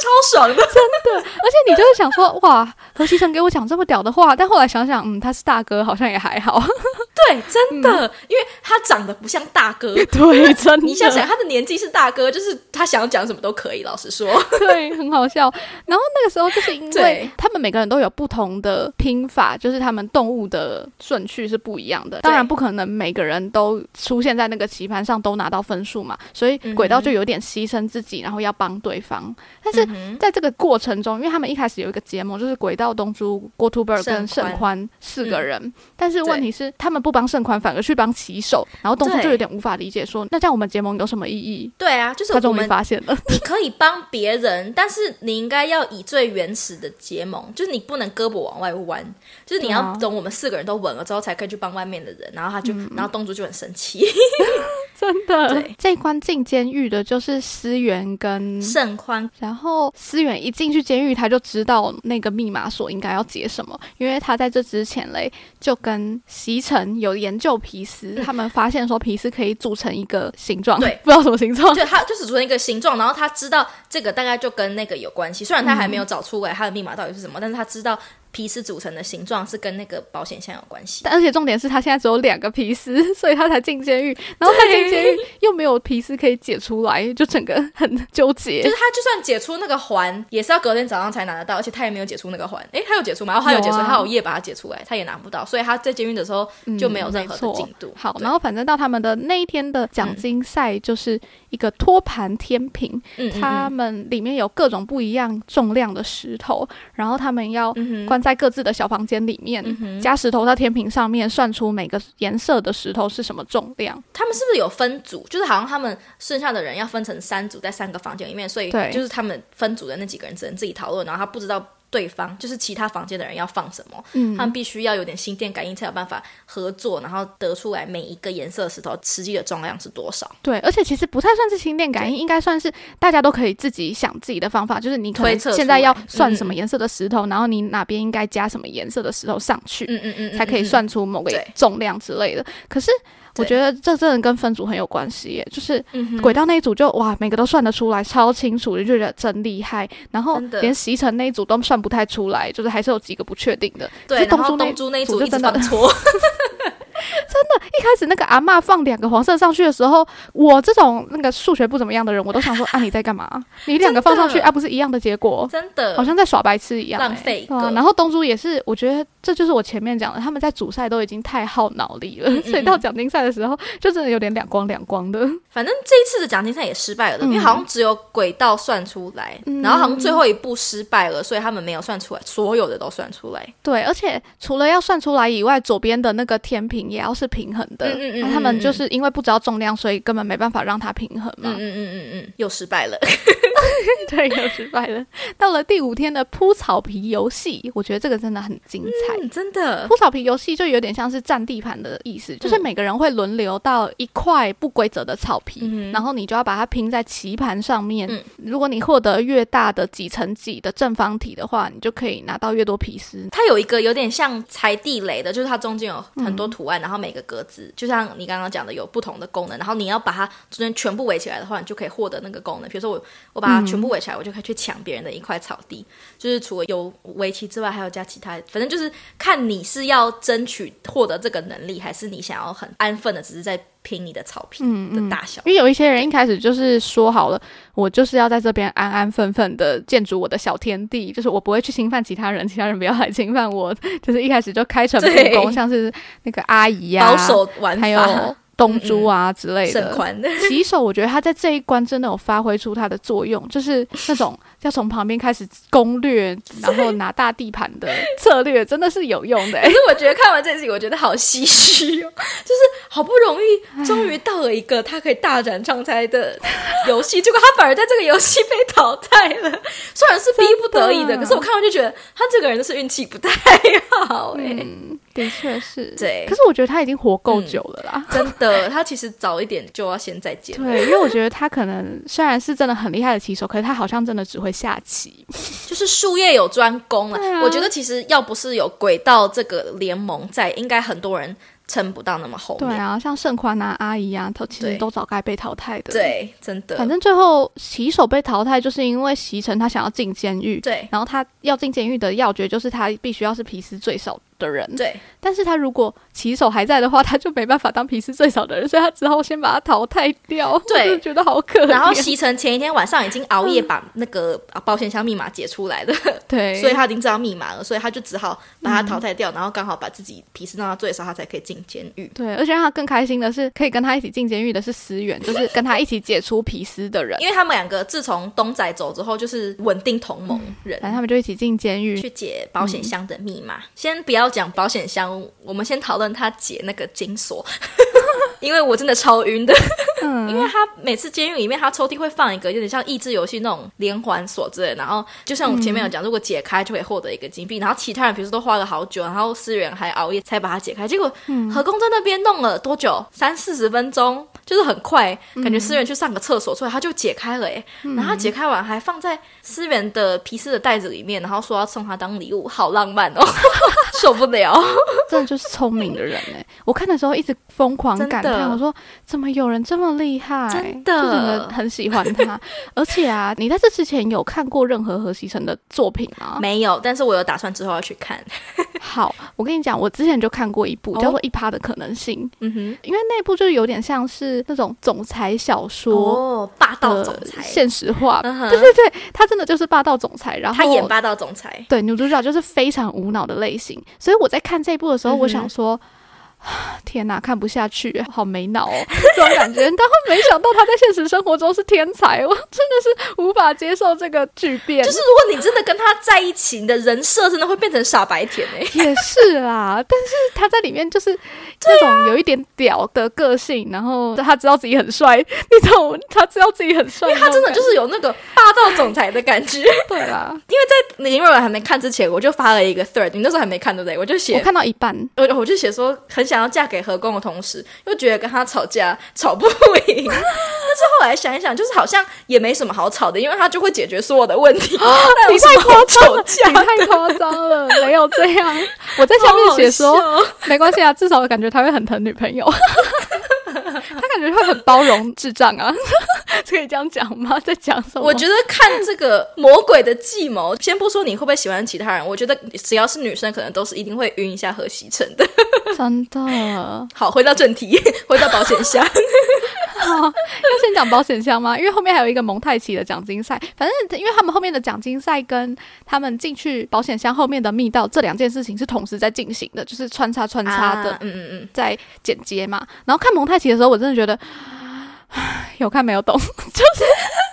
超爽的。而且你就会想说：“哇，何其神给我讲这么屌的话。”但后来想想，嗯，他是大哥，好像也还好。对，真的，因为他长得不像大哥。 对，真的。你想想，他的年纪是大哥，就是他想讲什么都可以。老实说， 对，很好笑。然后那个时候就是因为对他们每个人都有不同的拼法，就是他们动物的顺序是不一样的。当然不可能每个人都出现在那个棋盘上都拿到分数嘛，所以轨嗯道就有点牺牲自己，然后要帮对方。但是在这个过程中，因为他们一开始有一个结盟，就是轨道东珠、郭图贝尔跟盛盛宽嗯宽四个人，但是问题是他们不帮盛宽，反而去帮棋手，然后东珠对就有点无法理解说，那这样我们结盟有什么意义？ 对啊，就是他我终于们发现了。你可以帮别人，但是你应该要以最原始的结盟，就是你不能胳膊往外弯，就是你对啊要等我们四个人都稳了之后，才可以去帮外面的人。然后他就，然后东珠就很生气，真的对，这一关进监狱的就是思源跟， 盛宽然后思源一进去监狱，他就知道那个密码锁应该要解什么，因为他在这之前嘞就跟席城有研究皮斯， 他们发现说皮斯可以组成一个形状，对不知道什么形状，对，他 就是组成一个形状，然后他知道这个大概就跟那个有关系。虽然他还没有找出来他的密码到底是什么，但是他知道皮斯组成的形状是跟那个保险箱有关系。但而且重点是他现在只有两个皮斯， 所以他才进监狱，然后他进监狱又没有皮斯可以解出来，就整个很纠结就。是他就算解出那个环，也是要隔天早上才拿得到，而且他也没有解出那个环。诶，他有解出吗？哦，他有解出，有啊他有夜把它解出来，他也拿不到，所以他在监狱的时候就没有任何嗯没错的进度。好，对然后反正到他们的那一天的奖金赛就是一个托盘天平，嗯嗯他嗯们里面有各种不一样重量的石头，然后他们要嗯哼，关在各自的小房间里面，加石头到天平上面，算出每个颜色的石头是什么重量。他们是不是有分组？就是好像他们剩下的人要分成三组，在三个房间里面，所以对就是他们分组的那几个人只能自己讨论，然后他不知道。对方就是其他房间的人要放什么，嗯他，们必须要有点心电感应才有办法合作，然后得出来每一个颜色的石头实际的重量是多少。对，而且其实不太算是心电感应，应该算是大家都可以自己想自己的方法，就是你可能推测出现在要来算嗯什么颜色的石头，然后你哪边应该加什么颜色的石头上去。嗯嗯嗯嗯，才可以嗯。算出某个对重量之类的。可是我对觉得这真的跟分组很有关系耶，就是嗯哼轨道那一组就哇，每个都算得出来，超清楚，就觉得真厉害。然后真的连席城那一组都算不太出来，就是还是有几个不确定的。可对，是然东后珠那东珠那一组组就一直真的放错。一开始那个阿嬷放两个黄色上去的时候，我这种那个数学不怎么样的人，我都想说啊你在干嘛？你两个放上去真的啊不是一样的结果？真的，好像在耍白痴一样、欸，浪费一对啊个然后东珠也是，我觉得这就是我前面讲的，他们在主赛都已经太耗脑力了，所以到奖金赛的时候就真的有点两光两光的。反正这一次的奖金赛也失败了，因为好像只有轨道算出来，然后好像最后一步失败了，所以他们没有算出来，所有的都算出来。对，而且除了要算出来以外，左边的那个天平也要是平衡的。嗯嗯嗯那他们就是因为不知道重量，所以根本没办法让它平衡嘛。嗯嗯嗯嗯嗯，又失败了。 对，又失败了。到了第五天的铺草皮游戏，我觉得这个真的很精彩。嗯，真的，铺草皮游戏就有点像是占地盘的意思，嗯就是每个人会轮流到一块不规则的草皮，然后你就要把它拼在棋盘上面。嗯如果你获得越大的几乘几的正方体的话，你就可以拿到越多皮丝。它有一个有点像踩地雷的，就是它中间有很多图案，然后每个格子就像你刚刚讲的有不同的功能，然后你要把它中间全部围起来的话，你就可以获得那个功能。比如说我我把它全部围起来，我就可以去抢别人的一块草地。就是除了有围棋之外，还有加其他，反正就是看你是要争取获得这个能力，还是你想要很安分的只是在拼你的草皮的大小。因为有一些人一开始就是说好了，我就是要在这边安安分分的建筑我的小天地，就是我不会去侵犯其他人，其他人不要来侵犯我。就是一开始就开诚布对公，像是那个阿姨呀、啊保守玩还法嗯有东珠啊之类沈的。宽的，骑手，我觉得他在这一关真的有发挥出他的作用，就是那种要从旁边开始攻略，然后拿大地盘的策略，真的是有用的、哎可 欸。是我觉得看完这集，我觉得好唏嘘哦， 就是好不容易终于到了一个他可以大展长才的游戏，结果他反而在这个游戏被淘汰了。 虽然是逼不得已的，真的可是我看完就觉得他这个人就是运气不太好哎、嗯，的确是。对嗯可是我觉得他已经活够久了啦。真的，他其实早一点就要先再见。 对，因为我觉得他可能虽然是真的很厉害的骑手，可是他好像真的只会下棋。就是术业有专攻了。对啊我觉得其实要不是有轨道这个联盟在，应该很多人撑不到那么后对面。啊，像盛宽啊、阿姨啊，都其对实都早该被淘汰的。对,、，真的，反正最后洗手被淘汰，就是因为席城他想要进监狱，对然后他要进监狱的要诀就是他必须要是皮斯最少的人。，对但是他如果骑手还在的话，他就没办法当皮斯最少的人，所以他只好先把他淘汰掉。对我就觉得好可 怜。然后西城前一天晚上已经熬夜把那个啊保险箱密码解出来了，对， 所以他已经知道密码了，所以他就只好把它淘汰掉，然后刚好把自己皮斯弄到最少，他才可以进监狱。对，而且让他更开心的是，可以跟他一起进监狱的是思远，就是跟他一起解除皮斯的人，因为他们两个自从东仔走之后，就是稳定同盟人。反正他们就一起进监狱。去解保险箱的密码。先不要讲保险箱，我们先讨论他解那个金锁， 因为我真的超晕的。嗯，因为他每次监狱里面，他抽屉会放一个有点像益智游戏那种连环锁之类的，然后就像我前嗯面有讲，如果解开就可以获得一个金币，然后其他人比如说都花了好久，然后思源还熬夜才把它解开，结果嗯何工在那边弄了多久？三四十分钟，就是很快，感嗯觉思源去上个厕所出来，他就解开了哎、然后他解开完还放在思源的皮斯的袋子里面，然后说要送他当礼物，好浪漫哦， 受不了。 真的就是聪明的人哎、我看的时候一直疯狂感真的叹，我说怎么有人这么厉害？真的就真的很喜欢他。而且啊，你在这之前有看过任何何西成的作品吗？没有，但是我有打算之后要去看。好，我跟你讲，我之前就看过一部哦叫做《一趴的可能性》，嗯哼，因为那部就有点像是那种总裁小说哦，霸道总的裁。现实化。嗯哼对对对，他真的就是霸道总裁，然后他演霸道总裁，对，女主角就是非常无脑的类型，所以我在看这一部的时候，嗯哼我想说。 天哪，看不下去，好没脑哦，这种感觉。但后没想到他在现实生活中是天才，我真的是无法接受这个巨变。 就是如果你真的跟他在一起，你的人设真的会变成傻白甜哎、也是啦，但是他在里面就是那种有一点屌的个性，然后他知道自己很帅，你懂？他知道自己很帅因那为他种感觉，真的就是有那个霸道总裁的感 觉。对啦。林若文还没看之前，我就发了一个 third，你那时候还没看对不对？我就我写。看到一 半，我我就写说很想要嫁给何工的同时，又觉得跟他吵架吵不赢， 但是后来想一想，就是好像也没什么好吵的，因为他就会解决所有的问 题。那有你什么太好夸张吵了，架你太夸张了，没有这样。 我在下面写说，好好笑没关系啊，至少我感觉他会很疼女朋友， 他感觉会很包容智障啊， 可以这样讲吗？在讲什么？我觉得看这个魔鬼的计谋，先不说你会不会喜欢其他人，我觉得只要是女生，可能都是一定会晕一下何西成的。得真的。 好，回到正题， 回到保险箱。要先讲保险箱吗？因为后面还有一个蒙太奇的奖金赛，反正因为他们后面的奖金赛跟他们进去保险箱后面的密道这两件事情是同时在进行的，就是穿插穿插的啊嗯嗯嗯，在剪接嘛。然后看蒙太奇的时候，我真的觉得 唉有看没有懂， 就是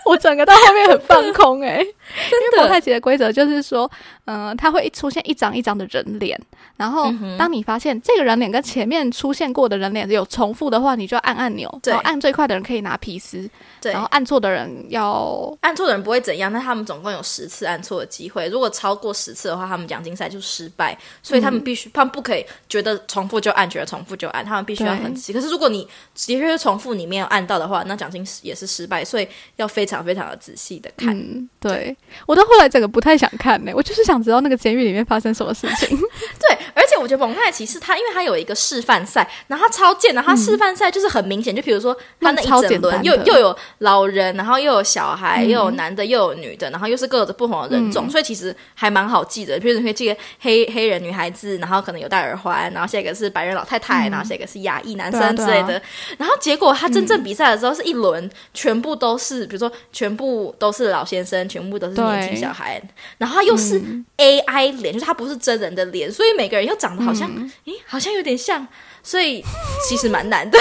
我整个到后面很放空 诶、因为蒙太奇的规则就是说，嗯、它会出现一张一张的人脸，然后嗯哼当你发现这个人脸跟前面出现过的人脸有重复的话，你就按按钮，对然后按最快的人可以拿皮斯，对然。后按错的人要。按错的人不会怎样，但他们总共有十次按错的机会。如果超过十次的话，他们奖金赛就失败，所以他们必须，他们不可以觉得重复就按，觉得重复就按，他们必须要对很仔细。可是如果你的确是重复，你没有按到的话，那奖金也是失败，所以要非常非常的仔细的看。嗯，对我到后来整个不太想看欸呢、我就是想知道那个监狱里面发生什么事情。 对，而且我觉得蒙太奇是他，因为他有一个示范赛，然后他超贱的，他示范赛就是很明显，就比如说他那一嗯那超整简轮单的又又有老人，然后又有小孩，又有男的，又有女的，然后又是各种不同的人嗯种，所以其实还蛮好记的。比如你可以记得黑黑人女孩子，然后可能有戴耳环，然后下一个是白人老太太，然后下一个是亚裔男对啊生之嗯对类啊的。然后结果他真嗯正比赛的时候是一轮全部都是，比如说全部都是老先生，全部都是年轻对嗯小孩，然后他又是 AI 脸，就是它不是真人的脸，所以每个人又长长得好像，嗯诶、好像有点像，所以其实蛮 难的。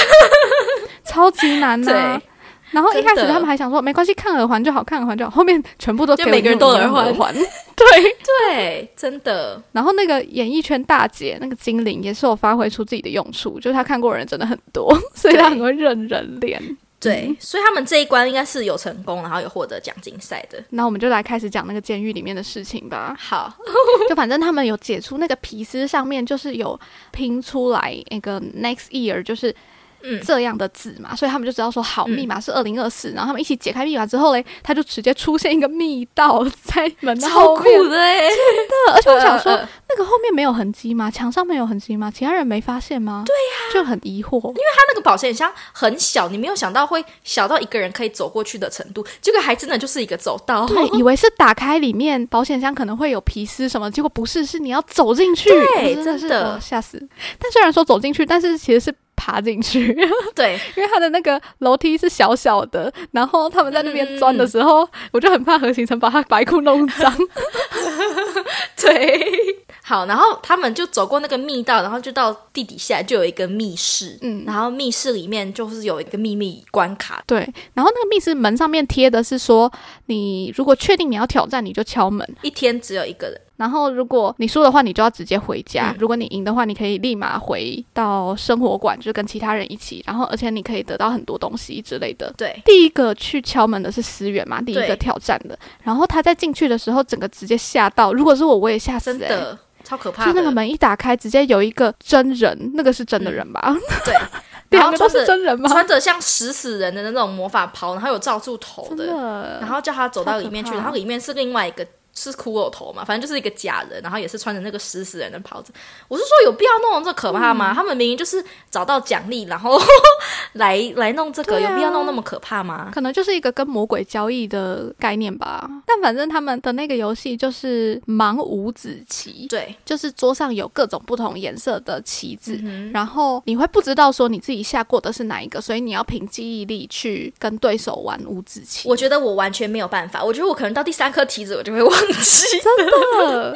超级难啊呐、对然后一开真始的他们还想说没关系，看耳环就好，看耳环就好。后面全部都就给我每个人用都有一样耳的环 对，对，真的，然后那个演艺圈大姐那个精灵也是有发挥出自己的用处，就是她看过的人真的很多， 所以她很会认人脸。嗯对，所以他们这一关应该是有成功，然后有获得奖金赛的。。那我们就来开始讲那个监狱里面的事情吧好， 就反正他们有解出那个皮丝上面就是有拼出来那个 next year 就是嗯，这样的字嘛，所以他们就知道说好嗯密码是二零二四。然后他们一起解开密码之后嘞，他就直接出现一个密道在门的超后面酷的哎、的，而且我想说，呃呃那个后面没有痕迹吗？墙上没有痕迹吗？其他人没发现吗？对呀、就很疑惑。它那个保险箱很小，你没有想到会小到一个人可以走过去的程度，结果还真的就是一个走道。对，以为是打开里面保险箱可能会有皮丝什么，结果不是，是你要走进去，对我真的是真的哇吓死！但虽然说走进去，但是其实是爬进去， 对，因为它的那个楼梯是小小的，然后他们在那边钻的时候，我就很怕何行成把他白裤弄脏。 对，好，然后他们就走过那个密道，然后就到地底下就有一个密室，嗯然后密室里面就是有一个秘密关卡，对，然后那个密室门上面贴的是说，你如果确定你要挑战，你就敲门。一天只有一个人，然后，如果你输的话，你就要直接回家；嗯如果你赢的话，你可以立马回到生活馆，就是跟其他人一起。然后，而且你可以得到很多东西之类的。对，第一个去敲门的是思远嘛，第一个对挑战的。然后他在进去的时候，整个直接吓到。如果是我，我也吓死、真欸。的超可嗯怕的，就嗯那个门一打开，直接有一个真人，那个是真的人 吧？对，然两后个都穿是着真人吗？穿着像食死人的那种魔法袍，然后有罩住头真的，然后叫他走到里面去，超可怕然后里面是另外一个是骷髅头嘛，反正就是一个假人，然后也是穿着那个食死人的袍子。我是说有必要弄这可怕嗯吗？他们明明就是找到奖励，然后 来来弄这个，对啊有必要弄那么可怕吗？可能就是一个跟魔鬼交易的概念吧。但反正他们的那个游戏就是盲五子棋，对，就是桌上有各种不同颜色的棋子，嗯然后你会不知道说你自己下过的是哪一个，所以你要凭记忆力去跟对手玩五子棋。我觉得我完全没有办法，我觉得我可能到第三颗棋子我就会忘 记。得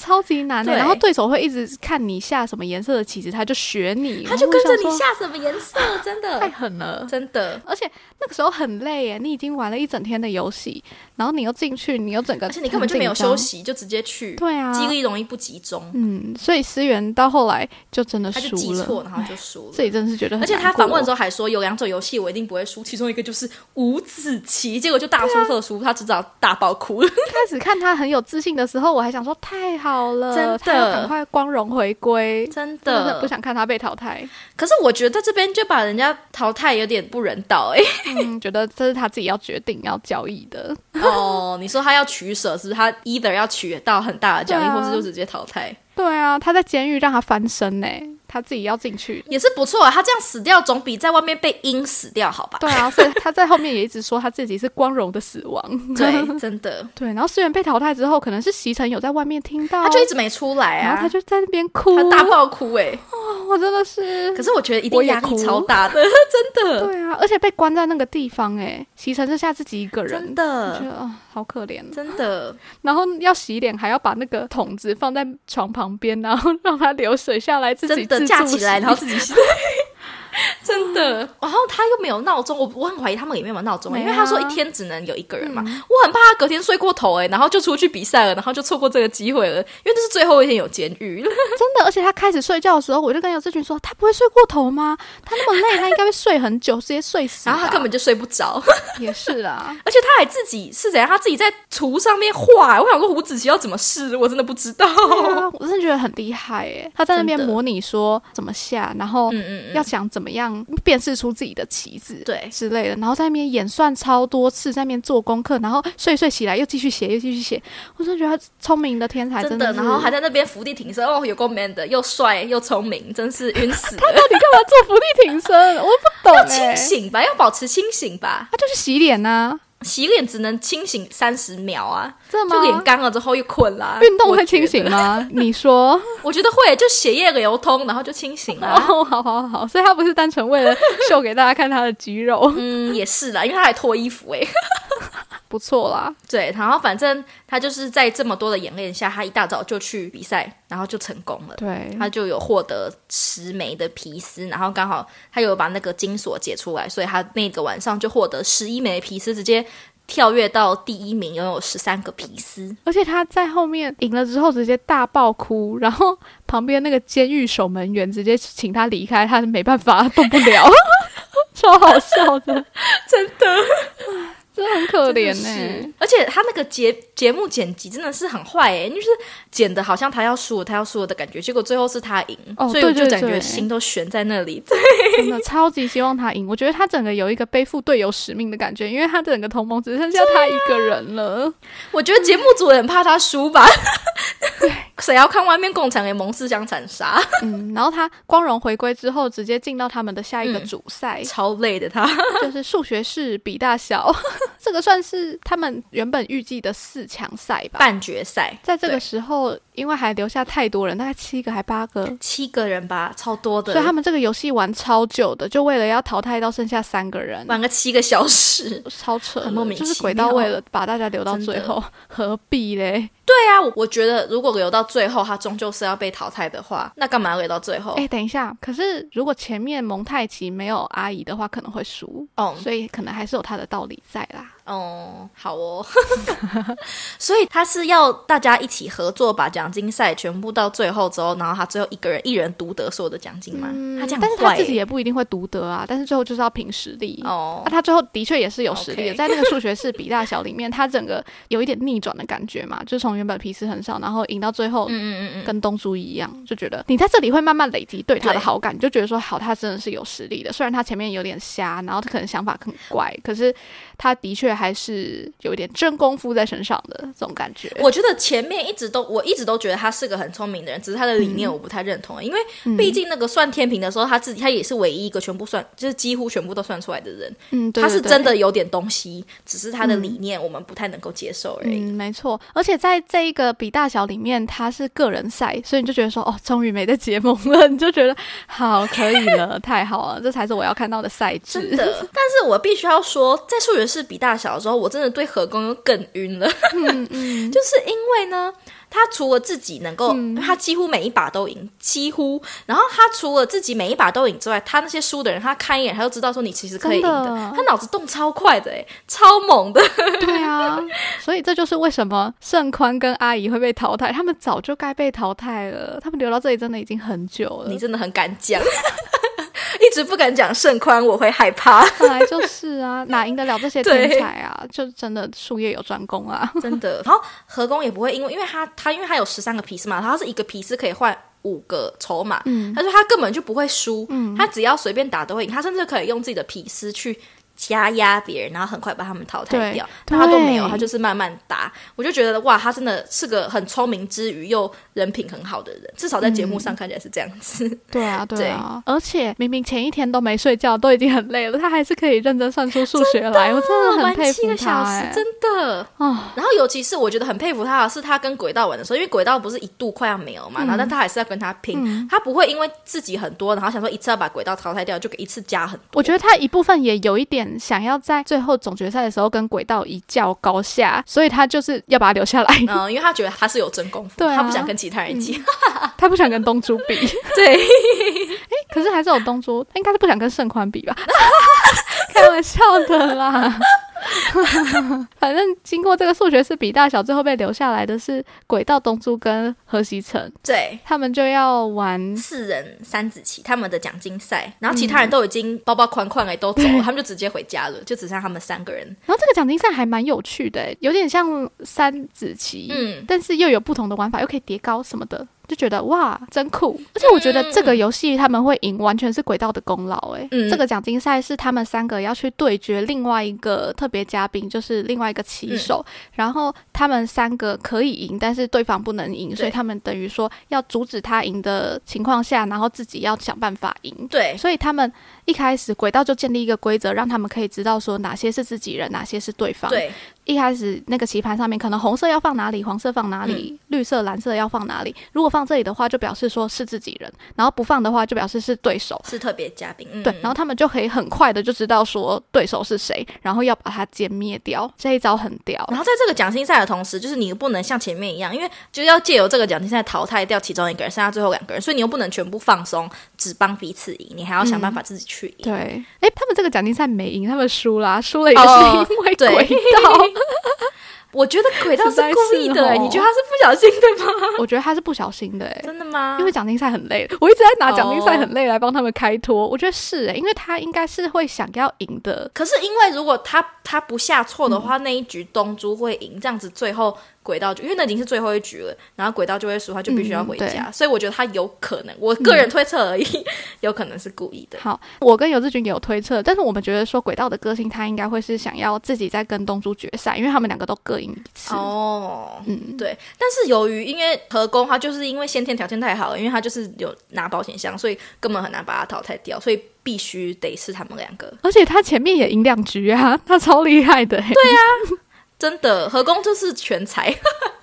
超级难的，对然后对手会一直看你下什么颜色的棋子，他就学你，他就跟着你然后我想说，下什么颜色，真太的，狠了。真的。而且那个时候很累耶，你已经玩了一整天的游戏，然后你又进去，你又整个，而且你根本就没有休，息，就直接去，对啊，记忆力容易不集中，嗯，所以思源到后来就真的他就输记错，了，然后就输了。自己真的是觉得很而且他难过访问的时候还说，有两种游戏我一定不会输，其中一个就是五子棋，结果就大输特输，啊他只找大爆哭。一开始看他很有自信的时候，我还想说太好了，真的他要赶快光荣回归，真 真的的不。想看他被淘汰，可是我觉得这边就把人家淘汰有点不人道 哎、嗯，觉得这是他自己要决定要交易的，哦，你说他要取舍，是不是他 either 要取到很大的奖励，对啊或是就直接淘汰，对啊，他在监狱让他翻身呢、欸他自己要进去的。也是不错啊。他这样死掉总比在外面被阴死掉好吧？对啊，所以他在后面也一直说他自己是光荣的死亡。对，真 的，对，然后思源被淘汰之后，可能是席城有在外面听到，他就一直没出来然后啊，哦他就在那边哭，他大爆哭哎、我真的是可是我觉得一我定也压力哭超大 的，真的，对啊，而且被关在那个地方、哎，洗成剩下自己一个人，真我的，觉得啊、好可怜哦。真的。然后要洗脸，还要把那个桶子放在床旁边，然后让它流水下来，自己真的自架助起来，洗 然后自己洗。真的，然后他又没有闹钟，我我很怀疑他们有没有玩闹钟、没啊嗯因为他说一天只能有一个人嘛，我很怕他隔天睡过头哎、然后就出去比赛了，然后就错过这个机会了，因为这是最后一天有监狱了，真的，而且他开始睡觉的时候，我就跟有志群说，他不会睡过头吗？他那么累，他应该会睡很久，直接睡死吧。然后他根本就睡不着， 也是啦，而且他还自己是怎样，他自己在图上面画，我想说胡子琪要怎么试，我真的不知道，对啊 我真的觉得很厉害哎，他在那边真的模拟说怎么下，然后嗯嗯嗯，要想怎么样辨识出自己的棋子，对之类的，然后在那边演算超多次，在那边做功课，然后睡一睡起来又继续写，又继续写。我真的觉得他聪明的天才，真真的，是然后还在那边伏地挺身，哦，有够 man 的，又帅又聪明，真是晕死了，到底干嘛做伏地挺身？我不懂要哎、清醒吧，要保持清醒吧，他就是洗脸啊呐、洗脸只能清醒三十秒啊，真的就脸吗？干了之后又困啦。运动我会觉清得醒？吗？你说？我觉得会，就血液流通，然后就清醒哦，啦。好好好好，所以他不是 单纯为了秀给大家看他的肌肉，嗯，也是啦，因为他还脱衣服哎、不错啦。对，然后反正他就是在这么多的演练下，他一大早就去比赛，然后就成功了。对，他就有获得十枚的皮丝，然后刚好他有把那个金锁解出来，所以他那个晚上就获得十一枚皮丝，直接跳跃到第一名，拥有十三个皮丝。而且他在后面赢了之后，直接大爆哭，然后旁边那个监狱守门员直接请他离开，他没办法，动 不了，超好笑的，真的， 真的很可怜欸呢、是而且他那个节节目剪辑真的是很坏哎、就是剪的好像他要输了，他要输了的感觉，结果最后是他赢，哦所以我就对对感觉对心都悬在那里。 真的超级希望他赢。我觉得他整个有一个背负队友使命的感觉，因为他整个同盟只剩啊下他一个人了。我觉得节目组也很怕他输吧。 谁要看外面共产联盟自相残杀？嗯，然后他光荣回归之后，直接进到他们的下一个嗯主赛，超累的他，就是数学式比大小。 这个算是他们原本预计的四强赛吧。半决赛在这对个时候，因为还留下太多人，大概七个还八个，七个人吧，超多的，所以他们这个游戏玩超久的，就为了要淘汰到剩下三个人，玩个七个小时。 超扯的，很莫名就是其轨道妙为了把大家留到真的最后，何必嘞？对啊，我我觉得如果留到最后，他终究是要被淘汰的话，那干嘛留到最后？哎、等一下，可是如果前面蒙太奇没有阿姨的话，可能会输，哦、所以可能还是有他的道理在啦。哦，好哦， 所以他是要大家一起合作，把奖金赛全部到最后之后，然后他最后一个人一人独得所有的奖金吗？他嗯这样欸嗯但是很他坏自己耶、也不一定会独得啊，但是最后就是要凭实力。哦那、，他啊最后的确也是有实力的 OK 在那个数学式比大小里面，他整个有一点逆转的感觉嘛，就是从原本皮斯很少，然后赢到最后，嗯嗯嗯嗯，跟东珠一样，就觉得你在这里会慢慢累积对他的对好感，你就觉得说好，他真的是有实力的。虽然他前面有点瞎，然后他可能想法很怪，可是他的确还是有一点真功夫在身上的这种感觉。我觉得前面一直都，我一直都觉得他是个很聪明的人，只是他的理念我不太认同，因为嗯毕竟那个算天平的时候，他自己他也是唯一一个全部算，就是几乎全部都算出来的人，嗯，对他是对对真的有点东西，只是他的理念我们不太能够接受而已。嗯，没错。而且在这一个比大小里面，他是个人赛，所以你就觉得说哦，终于没在结盟了，你就觉得好可以了，太好了，这才是我要看到的赛制。真 的，但是我必须要说，在数学式比大小的时候，我真的对和宫又更晕了。 就是因为呢，他除了自己能够，嗯他几乎每一把都赢，几乎。然后他除了自己每一把都赢之外，他那些输的人，他看一眼他就知道说你其实可以赢的。真的他脑子动超快的、欸，超猛的。对啊，所以这就是为什么盛宽跟阿姨会被淘汰，他们早就该被淘汰了，他们留到这里真的已经很久了你。真的很敢讲， 一直不敢讲盛宽，我会害怕。本来就是 啊，哪赢得了这些对天才啊？就真的术业有专攻啊。 真的。然后和宫也不会因为，因为他他因为他有十三个皮斯嘛，他是一个皮斯可以换五个筹码，嗯他说他根本就不会输，他只要随便打都会赢，他甚至可以用自己的皮斯去。加压别人，然后很快把他们淘汰对掉，但他都没有，对他就是慢慢打。我就觉得哇，他真的是个很聪明之余又人品很好的人，至少在节目上看起来是这样子。对啊，对啊，而且明明前一天都没睡觉，都已经很累了，他还是可以认真算出数学来，我真 的很玩佩啊七服个他、小哎时，真的。哦然后尤其是我觉得很佩服他的是，他跟轨道玩的时候，因为轨道不是一度快要没有嗯嘛，然后但他还是要跟他拼，他不会因为自己很多，然后想说一次要把轨道淘汰掉，就给一次加很多。我觉得他一部分也有一点想要在最后总决赛的时候跟轨道一较高下，所以他就是要把他留下来，嗯、因为他觉得他是有真功夫，对啊嗯他不想跟其他人一起。 他不想跟东珠比。啊 对，可是还是有东珠，他应该是不想跟盛宽比吧？ 开玩笑的啦。 反正经过这个数学式比大小，最后被留下来的是轨道东珠跟何西城， 对，他们就要玩。四人三子棋他们的奖金赛，然后其嗯他人都已经包包款款哎都走 了，他们就直接回家了，就只剩下他们三个人。然后这个奖金赛还蛮有趣的欸，有点像三子棋，嗯但是又有不同的玩法，又可以叠高什么的，就觉得哇，真酷！而且我觉得这个游戏他们会赢，完全是轨道的功劳哎。嗯这个奖金赛是他们三个要去对决另外一个特别嘉宾，就是另外一个棋手，嗯然后他们三个可以赢，但是对方不能赢，所以他们等于说要阻止他赢的情况下，然后自己要想办法赢。对，所以他们一开始轨道就建立一个规则，让他们可以知道说哪些是自己人，哪些是对方。对，一开始那个棋盘上面，可能红色要放哪里，黄色放哪里，嗯绿色、蓝色要放哪里。如果放这里的话，就表示说是自己人；然后不放的话，就表示是对手。是特别嘉宾，嗯，对，然后他们就可以很快的就知道说对手是谁，然后要把他歼灭掉。这一招很屌，然后在这个奖金赛的同时，就是你不能像前面一样，因为就是要借由这个奖金赛淘汰掉其中一个人，剩下最后两个人，所以你又不能全部放松，只帮彼此赢，你还要想办法自己去赢。嗯对，哎，他们这个奖金赛没赢，他们输啦，输了也是因为哦对轨 道。我觉得轨道实是在是故 意的、哦你觉得他是不小心的吗？我觉得他是不小心的、诶 真的吗？因为奖金赛很累， 我一直在拿奖金赛哦很累来帮他们开脱。我觉得是、欸诶因为他应该是会想要赢的，可是因为如果他他不下错的话，那一局东珠会赢，这样子最后轨道就因为那已经是最后一局了，然后轨道就会输，他就必须要回家。所以我觉得他有可能，我个人推测而已，有可能是故意的。好，我跟尤志军也有推测，但是我们觉得说轨道的个性，他应该会是想要自己再跟东珠决赛，因为他们两个都各赢一次。哦，嗯，对，但是由于因为和工他就是因为先天条件太好了，因为他就是有拿保险箱，所以根本很难把他淘汰掉，所以必须得是他们两个。而且他前面也赢两局啊， 他超厉害的、欸对呀、真的，和工就是全才，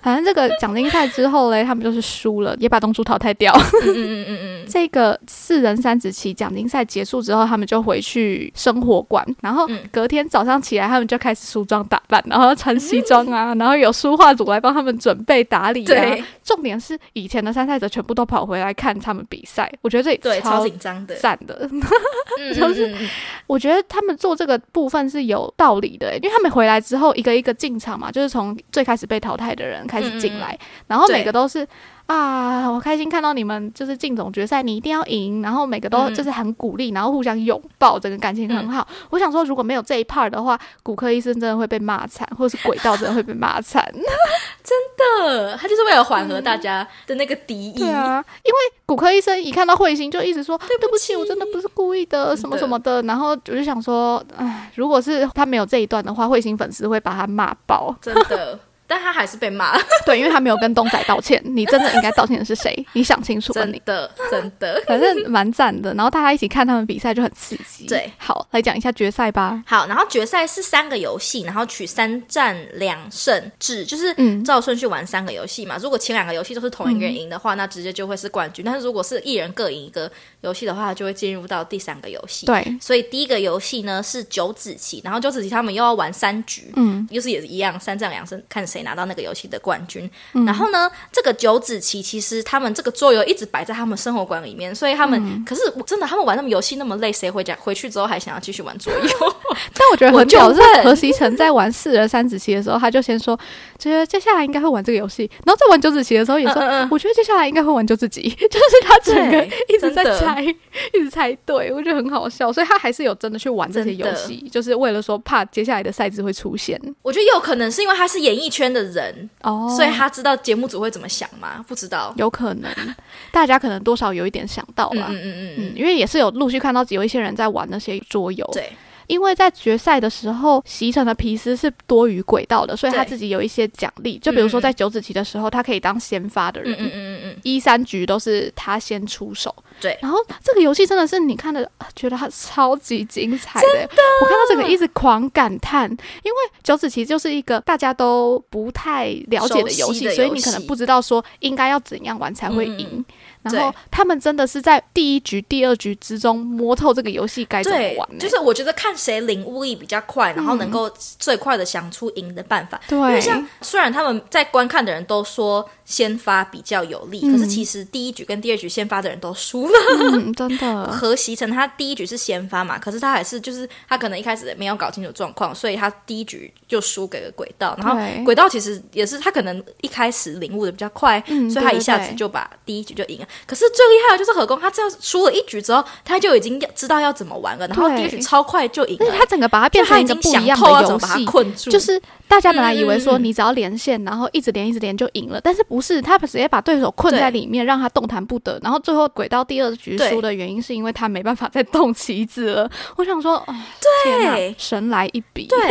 反正这个奖金赛之后嘞，他们就是输了，也把东珠淘汰掉。嗯嗯嗯嗯这个四人三子棋奖金赛结束之后，他们就回去生活馆，然后嗯隔天早上起来，他们就开始梳妆打扮，然后穿西装 啊，然后有梳化组来帮他们准备打理嗯，啊 对。重点是以前的参赛者全部都跑回来看他们比赛，我觉得这里啊对，超超紧张的，赞的。嗯超嗯嗯嗯我觉得他们做这个部分是有道理的欸，因为他们回来之后一个一个进场嘛，就是从最开始被淘汰的人开始进来，然后每个都是啊，我开心看到你们就是进总决赛，你一定要赢，然后每个都嗯就是很鼓励，然后互相拥抱，整个感情很好。我想说，如果没有这一 part 的话，骨科医生真的会被骂惨，或者是轨道真的会被骂惨。的，他就是为了缓和大家的那个敌意。对啊，因为骨科医生一看到彗星就一直说对不起，我真的不是故意的，真什么的。什么的。然后我就想说，唉，如果是他没有这一段的话，彗星粉丝会把他骂爆 真的，但他还是被 骂，对，因为他没有跟东仔道歉，你真的应该道歉的是谁？你想清楚了真你。的，真的。反正蛮赞的，然后大家一起看他们比赛就很刺激。对，好，来讲一下决赛吧。好，然后决赛是三个游戏，然后取三战两胜制，就是嗯照顺序玩三个游戏嘛。如果前两个游戏都是同一个人赢的话，那直接就会是冠军。但是如果是一人各赢一个游戏的话，就会进入到第三个游戏。，对，所以第一个游戏呢是九子棋，然后九子棋他们又要玩三局，嗯，就是也是一样，三战两胜，看谁拿到那个游戏的冠军。嗯然后呢，这个九子棋其实他们这个桌游一直摆在他们生活馆里面，所以他们、嗯可是我真的他们玩那么游戏那么累，谁回家回去之后还想要继续玩桌游？ 但我觉得我很就屌是问何其成在玩四人三子棋的时候，他就先说，觉得接下来应该会玩这个游戏，然后在玩九子棋的时候也说，嗯嗯嗯我觉得接下来应该会玩九子棋， 就是他整个对一直真在的猜， 一直猜对，我觉得很好笑，所以他还是有真的去玩这些游戏，就是为了说怕接下来的赛制会出现我觉得也有可能是因为他是演艺圈的人，哦所以他知道节目组会怎么想吗？不知道。有可能大家可能多少有一点想到嗯啦。嗯嗯嗯嗯，嗯，因为也是有陆续看到有一些人在玩那些桌游，对，因为在决赛的时候，席城的皮斯是多于轨道的，所以他对自己有一些奖励。就比如说嗯嗯在九子棋的时候，他可以当先发的嗯嗯人。嗯嗯嗯，一三局都是他先出手，对然后这个游戏真的是你看的，啊觉得它超级精彩的。我看到这个一直狂感叹，因为九子棋就是一个大家都不太了解的游熟戏，悉的所以你游可能戏不知道说应该要怎样玩才会嗯赢。对然后他们真的是在第一局、第二局之中摸透这个游戏该怎么对玩、嗯欸，就是我觉得看谁领悟力比较快，然后能够最快的想出赢的办法。因为对，像虽然他们在观看的人都说先发比较有利，可是其实第一局跟第二局先发的人都输了。嗯，真 的，何习成他第一局是先发嘛，可是他还是就是他可能一开始没有搞清楚状况，所以他第一局就输给了轨道。然后对轨道其实也是他可能一开始领悟的比较快，嗯所以他对一下对子就把第一局就赢了。可是最厉害的就是何工，他这样输了一局之后，他就已经知道要怎么玩了，然后对第一局超快就赢而了且。它整个把它变就成他一已个经不想一样透要的怎么游把他戏。困住，就是大家本来以为说嗯嗯嗯你只要连线，然后一直连一直连就赢了，但是不是他直接把对手困在对里面，让他动弹不得。然后最后轨道第二局对输的原因是因为他没办法再动棋子了。我想说，哦，天哪对神来一笔，嗯对，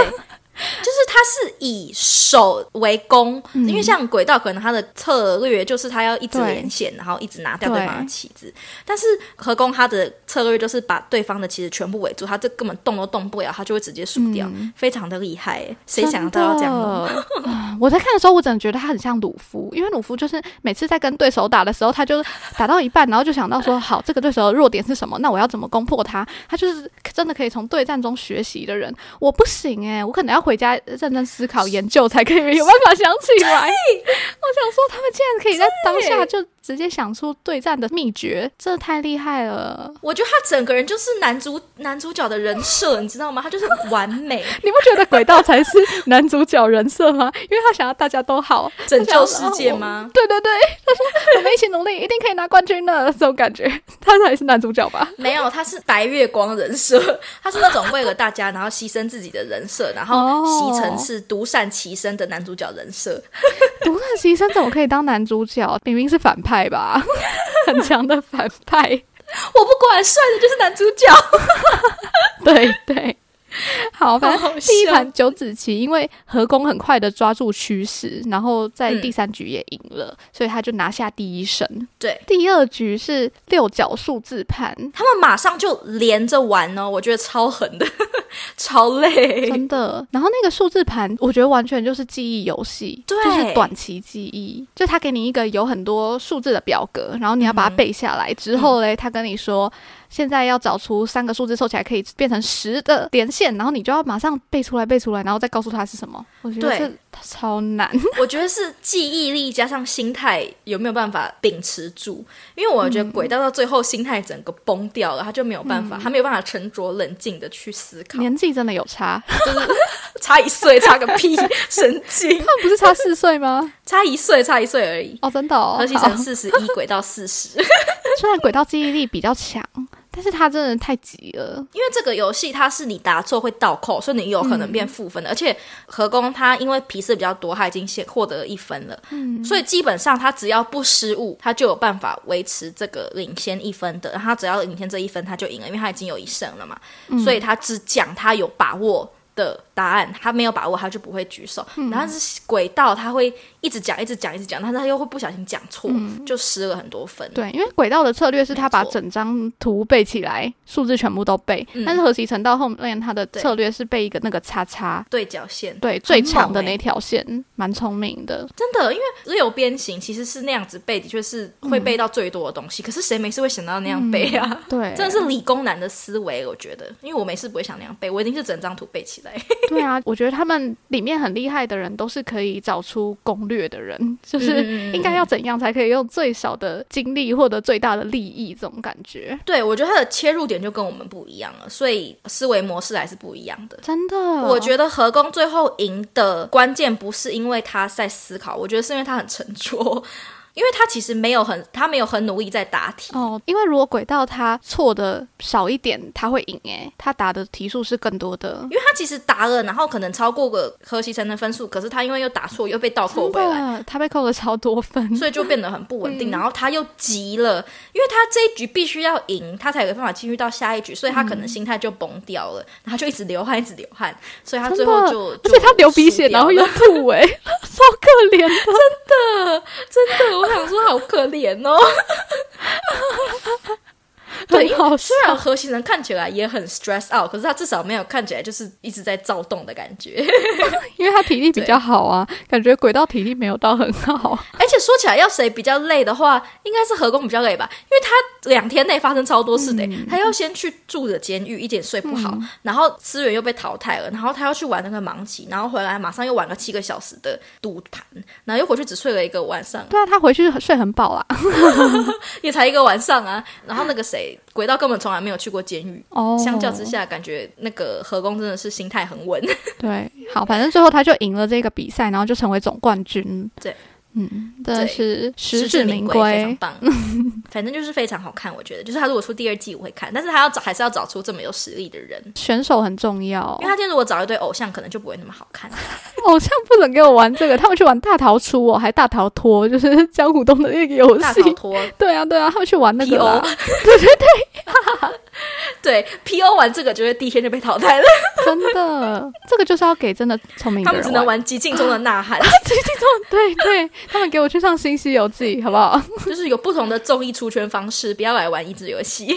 就是它是以守为攻，嗯因为像轨道可能它的策略就是它要一直对连线，然后一直拿掉对方的棋子，但是和攻它的策略就是把对方的棋子全部围住，它这根本动都动不了，它就会直接输掉，非常的厉害耶，谁想到要这样弄？嗯真的啊我在看的时候，我真的觉得他很像鲁夫，因为鲁夫就是每次在跟对手打的时候，他就打到一半，然后就想到说，好，这个对手的弱点是什么？那我要怎么攻破他？他就是真的可以从对战中学习的人。我不行欸诶、我可能要回家认真思考研究，才可以 有办法想起来。我 想说，他们竟然可以在当下就直接想出对战的秘诀，真的太厉害了！我觉得他整个人就是男主男主角的人设，你知道吗？他就是完 美你不觉得轨道才是 男主角人设吗？因为他想要大家都好，拯救世界吗？对对对， 他说我们一起努力，一定可以拿冠军的这种感觉，他才是男主角 吧？没有，他是白月光人设， 他是那种为了大家然后牺牲自己的人设，然后哦习成是独善其身的男主角人设。 独善其身怎么可以当男主角？明明是反派 吧，很强的反派。我不管，帅的就是男主角。 对对，好，反好正好第一笑盘九子棋，因为和宫很快的抓住趋势，然后在第嗯三局也赢了，所以他就拿下第一胜。对第二局是六角数字盘，他们马上就连着玩哦，我觉得超狠的， 超累。真的。然后那个数字盘，我觉得完全就是记忆游戏，对就是短期记忆。就他给你一个有很多数字的表格，然后你要把它背下来。之嗯后嘞，他跟你说。现在要找出三个数字凑起来可以变成十的连线，然后你就要马上背出来，背出来，然后再告诉他是什么。我觉得对这超难。我觉得是记忆力加上心态有没有办法秉持住，因为我嗯觉得轨道到最后心态整个崩掉了，他就没有办法，他没有办法沉着冷静的去思考。年纪真的有差，他差一岁，差个屁， 神经！们不是差四岁 吗？差一岁，差一岁而已。哦，真的哦。河西好城四十一，轨道四十。 虽然轨道记忆力比较强，但是他真的太急了。因为这个游戏它是你答错会倒扣，所以你有可能变负分嗯的。而且和工他因为皮试比较多，他已经先获得了一分了，嗯所以基本上他只要不失误，他就有办法维持这个领先一分的。然后他只要领先这一分，他就赢了，因为他已经有一胜了嘛。嗯所以他只讲他有把握。的答案，他没有把握，他就不会举手。嗯然后是轨道，他会一直讲，一直讲，一直讲，但是他又会不小心讲错，嗯就失了很多分。对，因为轨道的策略是他把没错整张图背起来，数字全部都背。嗯但是何其成到后面他的对策略是背一个那个叉叉，对角线，对，最长的猛欸那条线，蛮聪明的。真的，因为只有编型其实是那样子背，的确是会背到最多的东西。可是谁没事会想到那样背啊？对， 真的是理工男的思维，我觉得，因为我没事不会想那样背，我一定是整张图背起来。对啊，我觉得他们里面很厉害的人都是可以找出攻略的人， 就嗯是嗯嗯应该要怎样才可以用最少的精力获得最大的利益，这种感觉。对，我觉得他的切入点就跟我们不一样了，所以思维模式还是不一样的。真的，我觉得何工最后赢的关键不是因为他在思考，我觉得是因为他很沉着， 因为他其实没有很他没有很努力在答题。哦，因为如果轨道他错的少一点，他会赢诶、他答的题数是更多的。因为他其实答了，然后可能超过个何其成的分数，可是他因为又答错，又被倒扣真回来，的，啊嗯他被扣了超多 分。所以就变得很不稳定。然后他又急了，因为他这一局必须要赢，他才有办法进入到下一局，所以他可能心态就崩掉了，然后就一直流汗，一直流汗，所以他真最的啊后就，而且他流鼻就输掉血，然后了又吐、 欸，超可怜的。真的，我想说好可怜 哦。对，很好笑虽然何其人看起来也很 stress out，可是他至少没有看起来就是一直在躁动的感觉。 因为他体力比较好啊，感觉轨道体力没有到很好。而且说起来，要谁比较累的话，应该是何工比较累吧，因为他两天内发生超多事的、他要先去住的监狱，一点睡不好，然后思源又被淘汰了，然后他要去玩那个盲棋，然后回来马上又玩了七个小时的赌盘，然后又回去只睡了一个晚上， 对啊，他回去睡很饱啊啦。也才一个晚上啊。然后那个谁，轨道根本从来没有去过监狱，哦，相较之下，感觉那个何工真的是心态很稳。对，好，反正最后他就赢了这个比赛，然后就成为总冠军。对，嗯，真的对是实至至名名非常归。棒。 反正就是非常好看，我觉得，就是他如果出第二季我会看，但是他要找还是要找出这么有实力的人，选手很重要 因为，他今天如果找一堆偶像，可能就不会那么好看。偶像不能给我玩这个，他们去玩大逃出哦，还大逃脱，就是江湖东的那个游大戏逃。脱，对啊，对啊，他们去玩那个 PO 啦。 对 P O 玩这个，就会第一天就被淘汰了。真的，这个就是要给真的聪明的他人们只能玩。玩极尽中的呐喊， 对对，他们给我去上《新西游记》，好不 好？就是有不同的综艺出圈方式，不要来玩益智游 戏。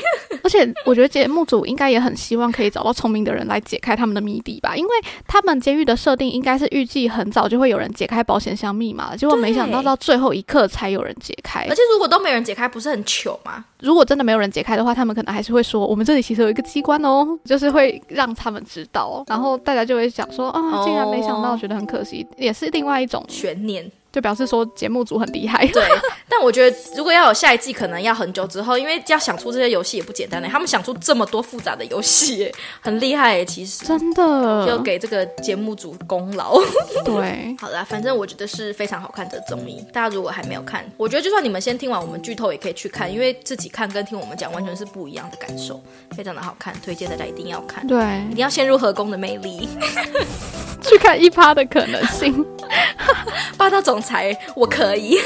而且我觉得节目组应该也很希望可以找到聪明的人来解开他们的谜底吧，因为他们监狱的设定应该是预计很早就会有人解开保险箱密码，结果没想到对到最后一刻才有人解开而。且如果都没人解开，不是很糗吗？如果真的没有人解开的话，他们可能还是会说我们这里其实有一个机关哦， 就是会让他们知道，然后大家就会想说啊，竟然没想到，哦觉得很可惜，也是另外一种，悬念。就表示说节目组很厉害。 对，但我觉得如果要有下一季，可能要很久之后，因为要想出这些游戏也不简单欸嘞。他们想出这么多复杂的游戏耶，很厉害耶，欸其实。真就的，给这个节目组功劳。对，好啦，反正我觉得是非常好看的综艺，大家如果还没有看，我觉得就算你们先听完我们剧透，也可以去看，因为自己看跟听我们讲完全是不一样的感受，非常的好看，推荐大家一定要看，一对，定要陷入河工的魅力， 去看一趴的可能性， 霸道总裁我可以，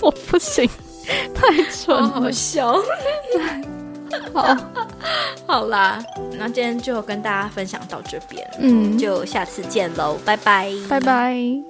我不行，太蠢哦好了好。笑。好， 好啦，那今天就跟大家分享到这边，嗯，就下次见喽，拜拜，拜。拜。